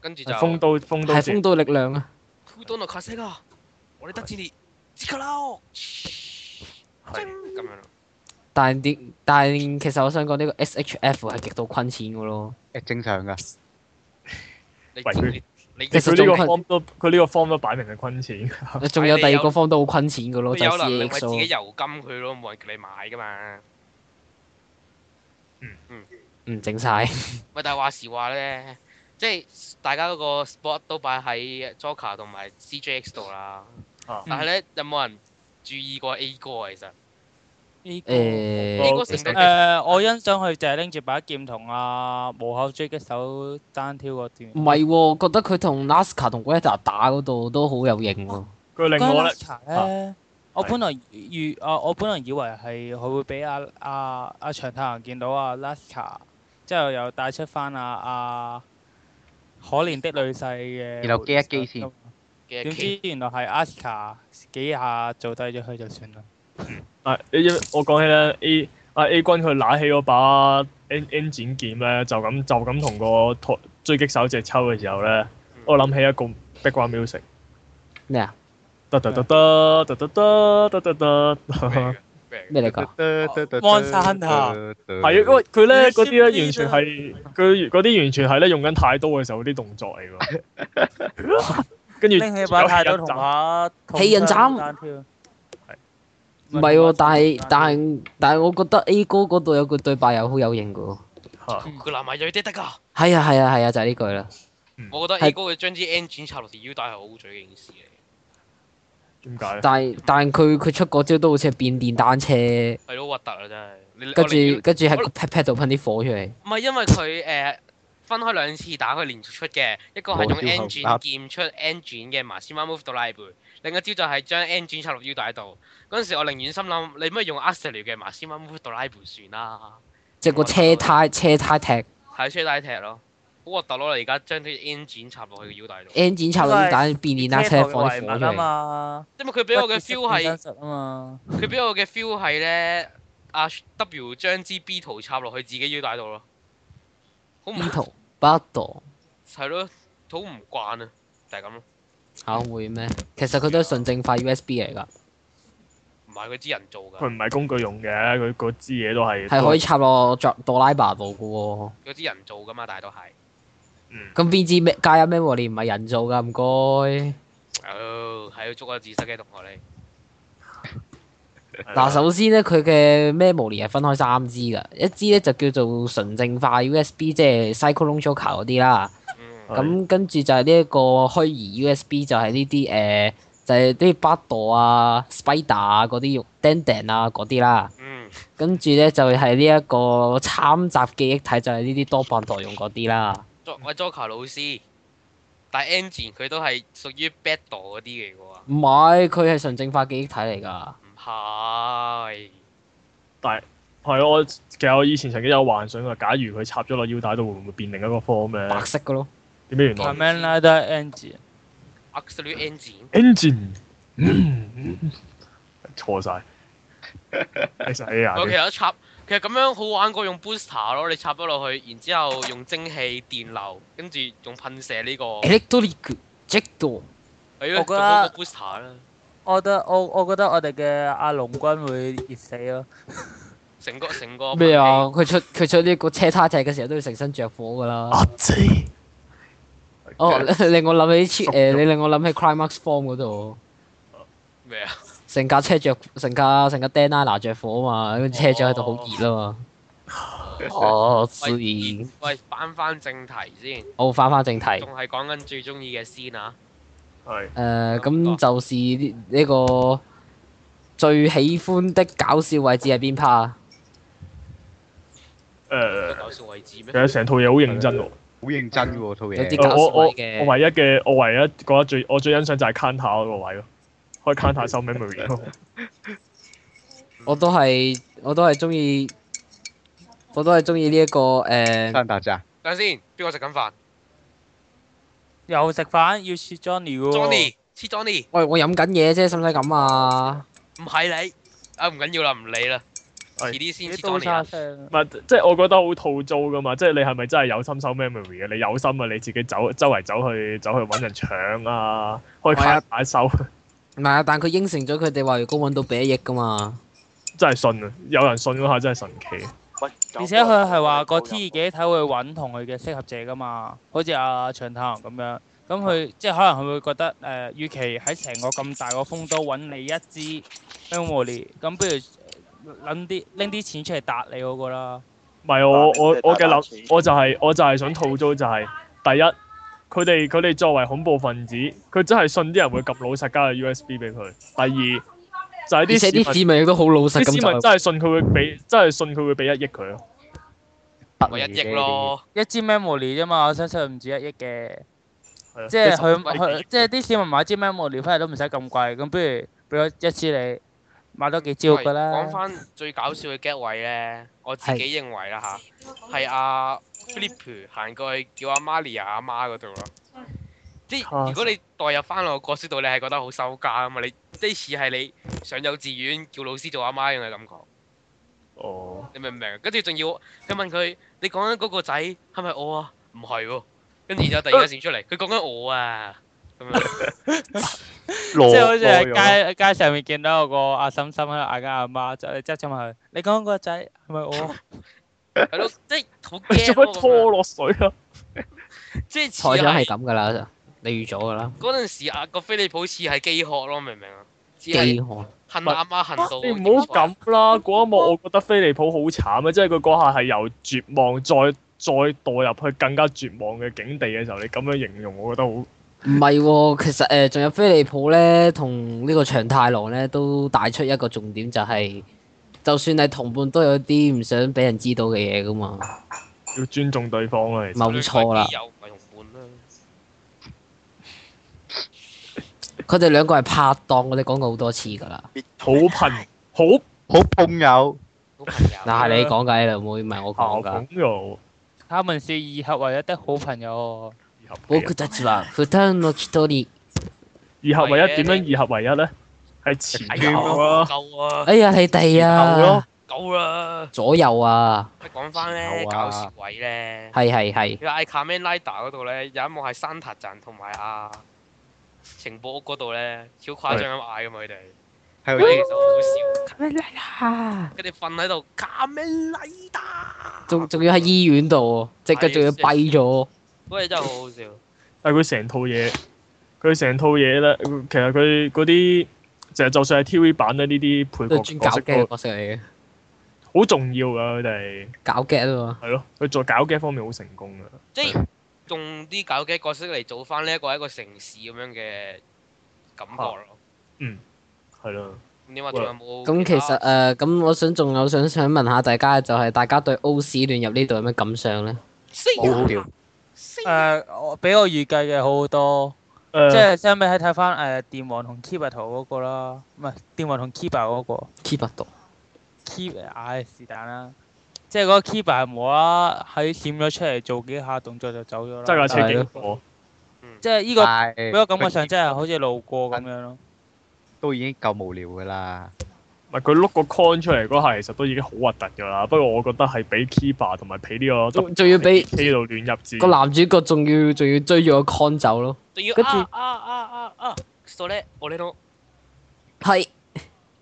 C: 跟住就
B: 係風刀風刀
A: 係
B: 節
A: 風刀力量啊！
C: Two Donald c a s 我哋得戰列，知卡啦，
B: 係
C: 咁樣咯。
A: 但係點？但係其實我想講呢個 SHF 係極度坤錢嘅咯。
E: 個誒正常㗎。
C: 你
B: 喂佢
C: 你你
A: 其
B: 佢
A: 實
B: 呢個
A: 仲
B: form 都佢呢個 form 都擺明係坤錢。
A: 仲有第二個方都好坤錢嘅咯，
C: 你
A: 就
C: 有能力咪
A: 係
C: 自己
A: CX
C: 油金佢咯，冇人叫你買噶嘛。
A: 唔整晒。嗯
C: 喂，但係話時話咧即係大家嗰個 spot 都擺喺 Joker 同埋 CJX 度啦。
B: 啊
C: 但係咧，有冇人注意過 A 哥啊？其實
D: 呢個
A: 誒
C: 呢個成績
D: 誒，我欣賞佢就係拎住把劍同阿無口追擊手單挑嗰段。
A: 唔係喎，覺得佢同 Nasca 同 Greta 打嗰度都好有型喎。
B: 佢令我咧，
D: Galaska
A: 啊
D: 咧，我本來預啊，我本來以為係佢會俾阿阿阿長太行見到阿 Laska，之後又帶出翻阿阿可憐的女婿嘅。
E: 然後機一機先。
C: 嘅
D: 點知原來係 Aska 幾下做低咗佢就算啦。
B: 啊，你我講起咧 A 啊 A 軍佢揦起嗰把 N N 展劍咧，就咁就咁同個托追擊手隻抽嘅時候咧，
A: 嗯
B: 我諗起一個 background music，
A: 咩啊？
B: 得得得得得得得得得得，係啊，
A: 咩嚟㗎？
D: 安山啊
B: 因為佢咧嗰啲咧完全係佢嗰啲完全係咧用緊太刀嘅時候啲動作嚟㗎，跟住
D: 拎起把太刀同
B: 有
D: 把
A: 氣人斬
D: 單挑。
A: 唔係喎，但係但係但係，我覺得 A 哥嗰度有句對白又好有型嘅喎。
B: 嚇
C: 個男埋有啲得㗎。
A: 係啊係啊係啊，就係呢句啦。
C: 我覺得 A 哥佢將支 engine 插落條腰帶係好嘴嘅件事嚟。
B: 點解咧？
A: 但係但係佢佢出嗰招都好似係變電單車，
C: 係咯，核突啊真係。你
A: 跟
C: 我寧願
A: 住跟住喺
C: 我
A: 個 pat pat 度噴啲火出嚟。
C: 唔係因為佢誒、呃分開兩次打佢連續出嘅，一個係用
E: 冇招
C: engine 劍出 engine 嘅 m a s i m a move 到拉背，另一招就係將 engine 插落腰帶度。嗰陣時我寧願心諗，你咪用 a x e l 嘅 m a s i m a move 到拉背算啦，啊
A: 即係個車胎車胎踢
C: 睇車帶踢咯。好核突咯！你而家將啲 engine 插落去個腰帶度，
A: engine 插落啲蛋變電單車放啲火出
D: 啊
A: 嚟。
D: 嘛，
C: 因為佢俾我嘅 feel 係，
D: 啊嘛，
C: 佢俾我嘅 feel 係咧，阿 W 將支 B 圖插落去自己腰帶度咯，好唔
A: 呢圖不度
C: 係咯，好唔慣啊，就係咁咯。
A: 嚇會咩？其實佢都係純正化 USB 嚟㗎，
C: 唔係佢知人做㗎。
B: 佢唔係工具用嘅，佢嗰支嘢都係
A: 係可以插落作哆啦 A 度㗎喎。
C: 嗰啲人做噶嘛，但係都係。
B: 嗯
A: 咁邊知咩加入 memory 唔係人做㗎？唔該。
C: 哦，係要捉個自失嘅同學你。
B: 係啦
A: 嗱，
B: 啊
A: 首先咧，佢嘅 memory 係分開三支㗎，一支咧就叫做純正化 USB，即係 Cyclone Joker 嗰啲啦。
C: 嗯。
B: 係
A: 咁跟住就係呢一個虛擬 USB，就係呢啲誒，就係啲 b u d d 啊、Spider 啊嗰啲用 Dandan 啊嗰啲啦。
C: 嗯。
A: 跟住咧就係呢一個參雜記憶體，就係呢啲多棒代用嗰啲啦。
C: 作喂 Joker 老師，但係 Engine 佢都係屬於 Battle 嗰啲嚟嘅喎。
A: 唔係，佢係純正化記憶體嚟㗎。
C: 唔係。
B: 係咯，我其實我以前曾經有幻想過，假如佢插咗落腰帶度，會唔會變另一個 form 咧
A: 白？色嘅咯，
B: 點解原來
D: 係咩啦？都係 Angie。啊
C: Absolute Engine。
B: engine 嗯錯晒 S A 啊
C: 我其實插，其實咁樣好玩過用 Booster 咯，你插咗落去，然之後用蒸氣電流，跟住用噴射呢個，哎
A: electronic j e c t o
C: 係咯，
D: 我覺
C: 仲
D: 得
C: 好過 Booster 啦，
D: 我覺得我我覺得我哋嘅阿龍君會熱死咯。
C: 成個成個
A: 咩啊？？佢出佢出呢個車胎踢嘅時候都要成身着火噶啦。
E: 啊
B: 阿姐
A: 哦， 令我諗起
B: 熟
A: 誒，
B: 咗
A: 你令我諗起 Climax Form 嗰度，
C: 咩啊？
A: 成架車着，成架成架 d a n a 拿着火啊嘛，跟住車長喺度好熱啊嘛。哦，所以
C: 喂喂，翻翻正題先，
A: 好翻翻正題。誒
C: 仲係講緊最中意嘅 scene 啊！
B: 係
A: 咁就是呢呢個最喜歡的搞笑位置係邊 part 啊？
B: 誒，
C: 搞笑位置
B: 其
C: 咩？
B: 實成套嘢好認真喎。
E: 好認真喎套
A: 有啲
E: 嘢
A: 搞。笑
B: 呃我我
A: 位嘅
B: 我唯一嘅我唯一覺得最我最欣賞就係 counter 嗰個位咯，開 counter 收 memory 咯。
A: 我都係我都係中意，我都係中意呢一個誒。
E: 山達咋？
C: 等陣先，邊個食緊飯
D: 又食飯要切 Johnny 喎。
C: ？Johnny，黐 Johnny，
A: 喂，我飲緊嘢啫，使唔使咁啊？
C: 唔係你，啊唔緊要啦，唔理啦，
B: 係
C: 遲啲先
D: 啲
C: 黐 Johnny
D: 刀
C: 啊
D: 叉
C: 啦。
D: 聲啊
B: 唔。係即係我覺得好套租噶嘛，即係你係咪真係有心收 memory 嘅？你有心啊，你自己走周圍走去走去揾人搶啊，開
A: 係啊
B: counter 收。
A: 唔係啊，但佢應承咗佢哋話，如果揾到俾一億噶嘛。
B: 真係信啊！有人信嗰下真係神奇。
F: 喂
D: 而且佢係話個 T 幾體會揾同佢嘅適合者噶嘛，好似阿長太行咁樣。咁
C: 啊
D: 佢即係可能佢會覺得誒、呃，與其喺成個咁大個風都揾你一支 m e m 咁不如諗啲拎啲錢出嚟搭你嗰個啦。
B: 唔係我
F: 哇
B: 我
F: 你真係
B: 我嘅
F: 大把
B: 諗，我就係、我就係想吐槽就係、第一，佢哋佢哋作為恐怖分子，佢真係信啲人會及老實加個 USB 俾佢。第二就
A: 而
B: 係
A: 且啲
B: 啲市民，
A: 市民亦都好老實咁
B: 啲市民
A: 就
B: 真係信佢會俾，真係信佢會俾一億佢咯。
C: 咪一億咯，
D: 一支 memory 啫嘛，我相信唔止一億嘅。
B: 係啊
D: 即係
B: 10
D: 佢佢
B: 億
D: 即係啲市民買支 memory 翻嚟都唔使咁貴，咁不如俾咗一支你買多幾招
C: 喂
D: 㗎
C: 講
D: 啦。
C: 翻最搞笑嘅 get 位咧，我自己認為啦吓，係阿 Philip 行過去叫阿 Maria 阿媽嗰度咯。即係如果你代入翻落個角色度，你係覺得好羞家啊嘛！你即似係你上幼稚園叫老師做阿媽嘅感覺。
B: 哦，
C: 你明唔明？跟住仲要佢問佢，你講緊嗰個仔係咪我啊？唔係喎。跟住就突然
B: 呃
C: 間閃出嚟，佢講緊我啊。咁 樣
A: 啊
B: 係
D: 即係好似喺街街上面見到有個阿嬸嬸喺度嗌緊阿媽，就你即係問佢：你講個仔係咪我？
C: 係咯，即係好驚啊
B: 做
C: 咯
B: 乜拖落水啊？
C: 咁樣即係似
A: 台長係
C: 係
A: 咁噶啦，你預咗噶啦，
C: 嗰陣時啊，個菲利普似係飢渴咯，明唔明啊？只
A: 飢
C: 係
A: 渴。
C: 恨阿媽恨到。
B: 你唔好
D: 啊
B: 咁啦！嗰一幕我覺得菲利普好慘啊！即係佢嗰下係由絕望再再墮入去更加絕望嘅境地嘅時候，你咁樣形容，我覺得好
A: 唔係喎，其實誒，仲、有飛利浦咧，同呢個長太郎咧，都帶出一個重點，就係、就算係同伴，都有啲唔想俾人知道嘅嘢噶嘛，
B: 要尊重對方啊啦。其實
A: 冇錯啦。
C: 又唔係同伴啦。
A: 佢哋兩個係拍檔，我哋講過好多次噶啦。
B: 好貧好
E: 好碰友，
C: 好朋友。
A: 嗱，係你講㗎，你老妹，唔係啊我講
B: 啊
A: 㗎。
B: 朋友，
D: 他們是二合為一的好朋友。
B: 二合
A: 我
B: 為
A: 覺得就話普通の一人
B: 一，二合為一點樣二合為一咧？係前
C: 哎
B: 邊
C: 呀，
B: 咯，
C: 夠啊，
A: 哎呀，你哋
B: 前後咯
A: 啊，
C: 夠啦！
A: 左右啊，
C: 講翻咧
D: 有啊
C: 搞笑位咧。
A: 係係係，
C: 佢嗌 Kamen Rider 嗰度咧，有一幕係山塔站同埋啊情報屋嗰度咧，超誇張咁嗌噶嘛佢哋，
E: 係
C: 佢
E: 咪
C: 哋
E: 先
C: 其實好好笑。佢哋瞓喺度 Kamen Rider，
A: 仲仲要喺醫院度喎，隻腳仲要跛咗，
C: 嗰嘢真係好好笑。
B: 但係佢成套嘢，佢成套嘢咧，其實佢嗰啲就就算係 TV 版咧，呢啲配
A: 都
B: 角
A: 係專搞
B: 角色
A: 嘅
B: 都
A: 角色嚟嘅，
B: 好重要㗎。佢哋
A: 搞 g 啊嘛。
B: 係咯，佢做搞 g 方面好成功㗎。
C: 即係用啲搞嘅角色嚟做翻呢一個係一個城市咁樣嘅感覺咯。
B: 係咯，
C: 咁點啊？仲有冇他？
A: 咁其實誒，呃咁、我想仲有想想問下大家，就係、大家對 O 市亂入呢度有咩感想咧？
E: 好好笑，
D: 誒，我比我預計嘅好好多。即
B: 誒
D: 係相比喺睇翻誒電王同 Kiba 圖嗰個啦，唔係電王同 Kiba 嗰個
A: keep 不到，
D: Kiba，唉是但啦。即係嗰個 Kiba 係無啦啦喺閃咗出嚟做幾下動作就走咗啦。
B: 揸架車
A: 係
B: 經
A: 咯
B: 過，
D: 即係呢個
E: 但
D: 俾
E: 係
D: 我感覺上真係好似路過咁樣咯。
E: 都已經夠無聊㗎啦。
B: 唔係佢碌個 con 出嚟嗰下，其實都已經好核突㗎啦。不過我覺得係俾 Kiba 同埋俾呢個
A: 仲仲要俾
B: K 度亂入字
A: 個。男主角仲要仲要追住個 con 走咯，
C: 仲要
A: 跟住
C: 啊啊啊啊啊！所咧，我呢度
A: 係，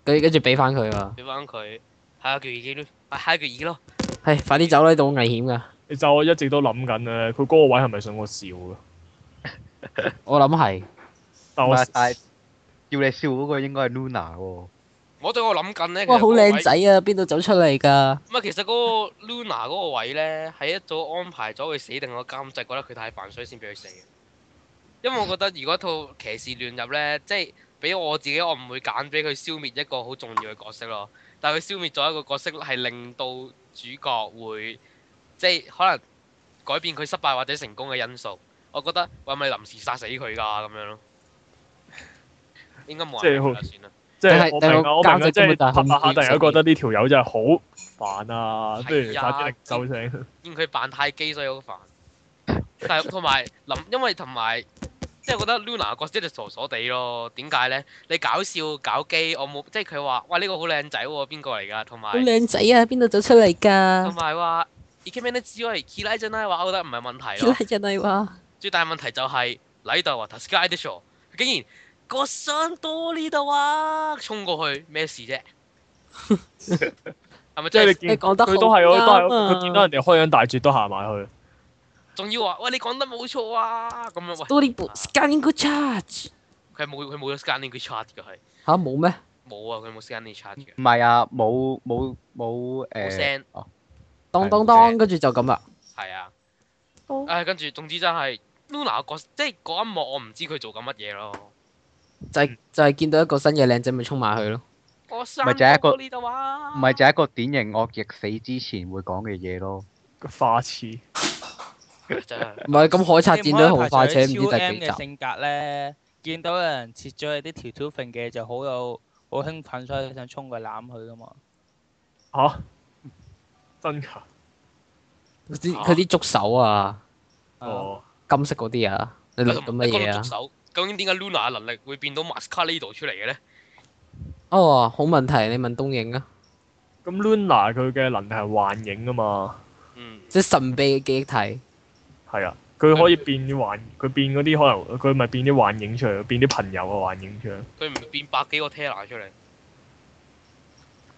A: 跟跟住俾翻佢啊，
C: 俾翻佢下一句耳機咯，啊下一句耳機咯。
A: 係快啲走啦，呢度好危險噶，
B: 其實我一直都諗緊咧，佢嗰個位係咪想我笑嘅？
A: 我諗係
B: 但
E: 唔
B: 我
E: 係但係要你笑嗰個應該係 Luna 喎，
C: 我對我諗緊咧，其
A: 哇
C: 實
A: 好
C: 個位
A: 靚仔啊，邊度走出嚟㗎？
C: 唔啊係，其實嗰個 Luna 嗰個位咧，係一早安排咗佢死定個監製，覺得佢太煩，所以先俾佢死嘅。因為我覺得如果套騎士亂入咧，即係俾我自己，我唔會揀俾佢消滅一個好重要嘅角色咯。但係佢消滅咗一個角色，係令到主角會即係可能改變佢失敗或者成功嘅因素。我覺得喂，咪臨時殺死佢㗎咁樣咯。應該冇
B: 即係
C: 人明
B: 好
C: 㗎啦算啦。
B: 即
A: 但係
B: 係我明
A: 但係
B: 啊，我明
A: 交
B: 啊，
A: 直
B: 即
A: 觀就
B: 係
A: 係
B: 拍拍
A: 控制性
B: 下，突然間覺得呢條友真係好煩啊，不如
C: 係
B: 快
C: 啊
B: 啲力收聲。
C: 見佢扮太基，所以好煩。 但係同埋林，因為同埋即係覺得 Luna 個角色就傻傻地咯。點解咧？你搞笑搞基，我冇即係佢話：哇呢、個好靚仔喎，邊個嚟㗎？同
A: 好
C: 埋
A: 靚仔啊，邊度走出嚟
C: 同
A: 㗎？
C: 埋話 i k m a n 只可以 k i l a 真係啊話，哦我覺得唔係問題
A: 叫
C: 咯。
A: 係人嚟話，
C: 最大問題就係禮度話 t a s k a d i s h o 佢竟然個傷多呢度啊，衝過去咩事啫？係
B: 即係
C: 咪真
B: 你
C: 係？
A: 你
B: 見
A: 講得好
B: 佢都係我都係
A: 啱啊
B: 我佢見到人哋開緊大絕都行埋去。
C: 仲要話：喂，你講得冇錯啊！咁樣喂，
A: 多啲 scanning good charge
C: 佢冇佢冇咗 scanning chart 嘅係。
A: 嚇冇咩？
C: 冇啊，佢冇 scan 你 charge 嘅，
E: 唔係啊，冇冇冇
C: 冇
E: 誒，
C: 聲，
A: 當當當，跟住就咁啦。
C: 係啊。唉，跟住總之真係 Luna 個即係嗰一幕，我唔知佢做緊乜嘢咯。
A: 就
D: 嗯
A: 係就係見到一個新嘅靚仔咪衝埋去咯。
C: 我生
E: 咪就係一個
C: 到呢度啊！
E: 唔係就係一個典型惡役死之前會講嘅嘢咯。
B: 個花痴。
C: 真 係
A: 唔係咁海賊戰隊好快扯，唔知
D: 嗯你唔可以排除佢超
A: 第幾
D: M
A: 集。
D: 嘅性格咧，見到有人切咗佢啲條條揈嘅，就好有好興奮，所以想衝佢攬佢噶嘛。
B: 吓？真
A: 啊
B: 㗎？
A: 佢啲佢啲觸手啊，
B: 哦，
A: 金色嗰啲啊，你諗咁乜嘢啊
C: 捉？手，究竟點解 Luna 嘅能力會變到 Mascarado 出嚟嘅咧？
A: 哦，好問題，你問東影啊，
B: 咁 Luna 佢嘅能力係幻影啊嘛，
C: 嗯，
A: 即係神秘嘅記憶體。
B: 係啊，佢可以變幻，佢變嗰啲可能佢咪變啲幻影出嚟，變啲朋友嘅幻影出嚟。
C: 佢唔變百幾個 Terra 出嚟。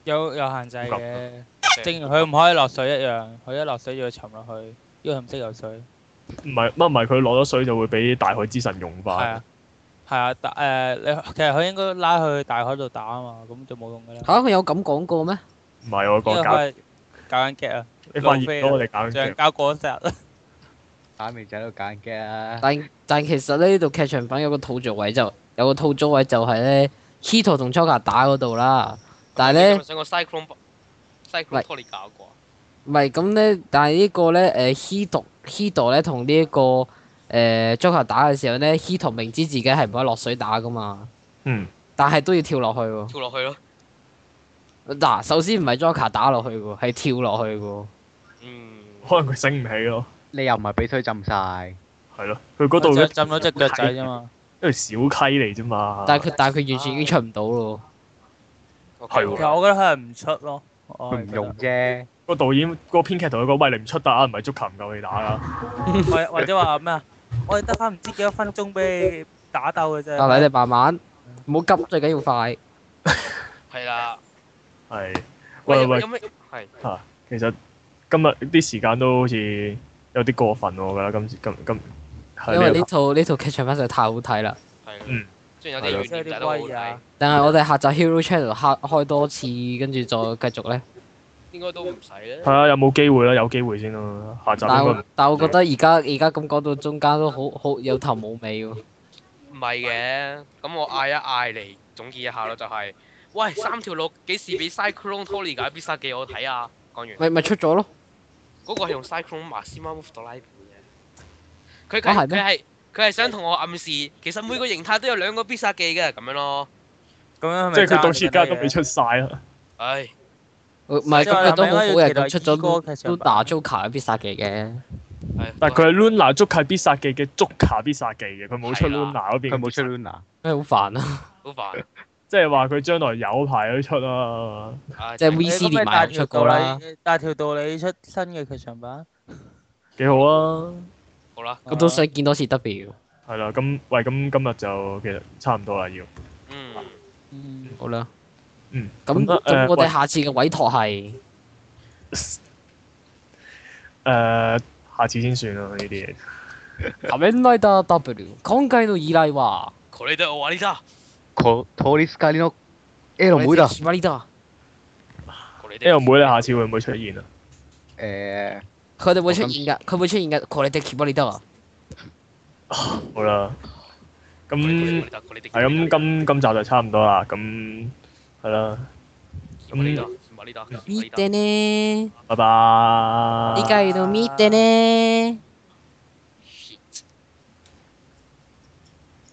D: 有有限制嘅，正如佢唔可以落水一樣，佢一落水就要沉落去，因為佢唔識游水。
B: 唔係乜唔係佢落咗水就會俾大海之神融化。
D: 係啊，係啊，但誒你其實佢應該拉佢去大海度打啊嘛，咁就冇用噶啦。
A: 嚇，佢有咁講過咩？
B: 唔係我
D: 因為
B: 講搞，
D: 佢係搞緊劇啊，
B: 你發現咗我哋搞緊
D: 橡
B: 嘅
D: 膠果實。
E: 打未仔喺度揀嘅啊！
A: 但但其實咧，呢度劇場版有個吐槽位就有個吐槽位就係咧，Kito 同 Choka 打嗰度啦。但係
C: 你係
A: 咧
C: 咪，想個 Cyclone Cyclone
A: 喂
C: 拖你搞過啊？
A: 唔係咁咧，但係呢個咧，誒 Kito Kito 咧同呢一個誒 Choka 打嘅時候咧，Kito 明知自己係唔可以落水打噶嘛，
B: 嗯，
A: 但係都要跳落去喎。
C: 跳落去咯。
A: 嗱，首先唔係 Choka 打落去喎，係跳落去喎。
C: 嗯，
B: 可能佢醒唔起咯，
E: 你又唔係俾水浸晒，
B: 係咯，佢嗰度
D: 就
B: 一
D: 浸咗只腳仔啫嘛。
B: 因為小溪嚟啫嘛。
A: 但係佢但係佢完全已經出唔到咯。
B: 係
D: 其
B: 喎
D: 實我覺得佢係唔出咯，我
E: 佢唔
D: 係覺得
E: 用啫。
B: 個導演個編劇同佢講：喂，你唔出得啊，唔係足球唔夠你打啊啦。
D: 或或者話咩啊？我哋得翻唔知幾多分鐘俾你打鬥嘅啫。
A: 但係啊你哋慢慢，唔好急，最緊要快。
C: 係啦。
B: 係，
C: 喂，
B: 喂
C: 有
B: 喂
C: 有，咩係？
B: 其實今日啲時間都好似有啲過分我覺得今次今今係
A: 因為呢
B: 呢
A: 套呢套劇場版實在太好睇啦。
C: 係啦
B: 嗯。
C: 雖然有啲
D: 即
C: 怨
D: 係
C: 念，但係
D: 啲
C: 都好好
D: 威
C: 睇
D: 啊，！
A: 但係我哋下集 Hero Channel 開開多次，跟住再繼續咧。
C: 應該都唔使咧
B: 個係。啊，有冇機會啦？有機會先啦，下集
A: 但係
B: 應
A: 我
B: 該
A: 但係我覺得而家而家咁講到中間都好好有頭冇尾喎。
C: 唔係嘅，咁我嗌一嗌嚟總結一下咯，就係、喂三條路幾時俾 Cyclone Tony 解必殺技我睇啊？講完嗰、
A: 咪咪出咗咯，
C: 個係用 Cyclone Maxima Move 到拉布嘅，佢
A: 啊
C: 佢
A: 係咩
C: 佢係佢係想同我暗示，其實每個形態都有兩個必殺技嘅咁樣咯。
D: 咁樣咪
B: 即係佢到
D: 爭
B: 而家都
D: 嘅
B: 未。出晒啦。
C: 唉，
A: 唔係
D: 即
A: 咁
D: 係
A: 佢都好好
D: 我哋咪
A: 嘅，
D: 應該要
A: 咁
D: 期
A: 出
D: 待二哥
A: 咗
D: 劇場
A: Luda
D: 版
A: Joker 必殺技嘅。
C: 唉
B: 但係佢係 Luna 足球必殺技嘅足球必殺技嘅，佢冇出
C: 係啦
B: Luna 嗰邊嘅必殺技。
E: 佢冇出 Luna，
A: 咩好煩啊！
C: 好煩，
B: 即係話佢將來有排都出啦。
C: 唉
A: 即係
C: 真
A: V C 連埋又出過啦，
D: 大條道理出新嘅劇場版，
B: 幾好啊！
C: 好啦，
A: 我都想見多次 W。
B: 係啦，咁喂，咁今日就其實差唔多啦，要
C: 嗯，
D: 嗯
A: 好啦，
B: 嗯
A: 咁
B: 得
A: 咁
B: 誒
A: 我
B: 喂
A: 哋下次嘅委託係
B: 誒，呃下次先算啦呢啲嘢。
A: 卡梅拉達 W 講解到以嚟話，
C: 佢哋都我話呢家，
E: 佢 Toris g a l i n o L 妹啦。
A: 卡梅拉
C: 佢
B: 呢個
C: 哋
B: 妹你下次會唔會出現啊？
E: 誒，
A: 佢哋會出現㗎，佢會出現㗎，佢哋卡梅拉達。
B: 好啦，咁嗯係啊
C: 佢哋
B: 咁，今今集就差唔多啦。咁係啦，
C: 呢度，呢度，呢度。啊
A: 見呢？
B: 拜拜。
A: 理解到見呢？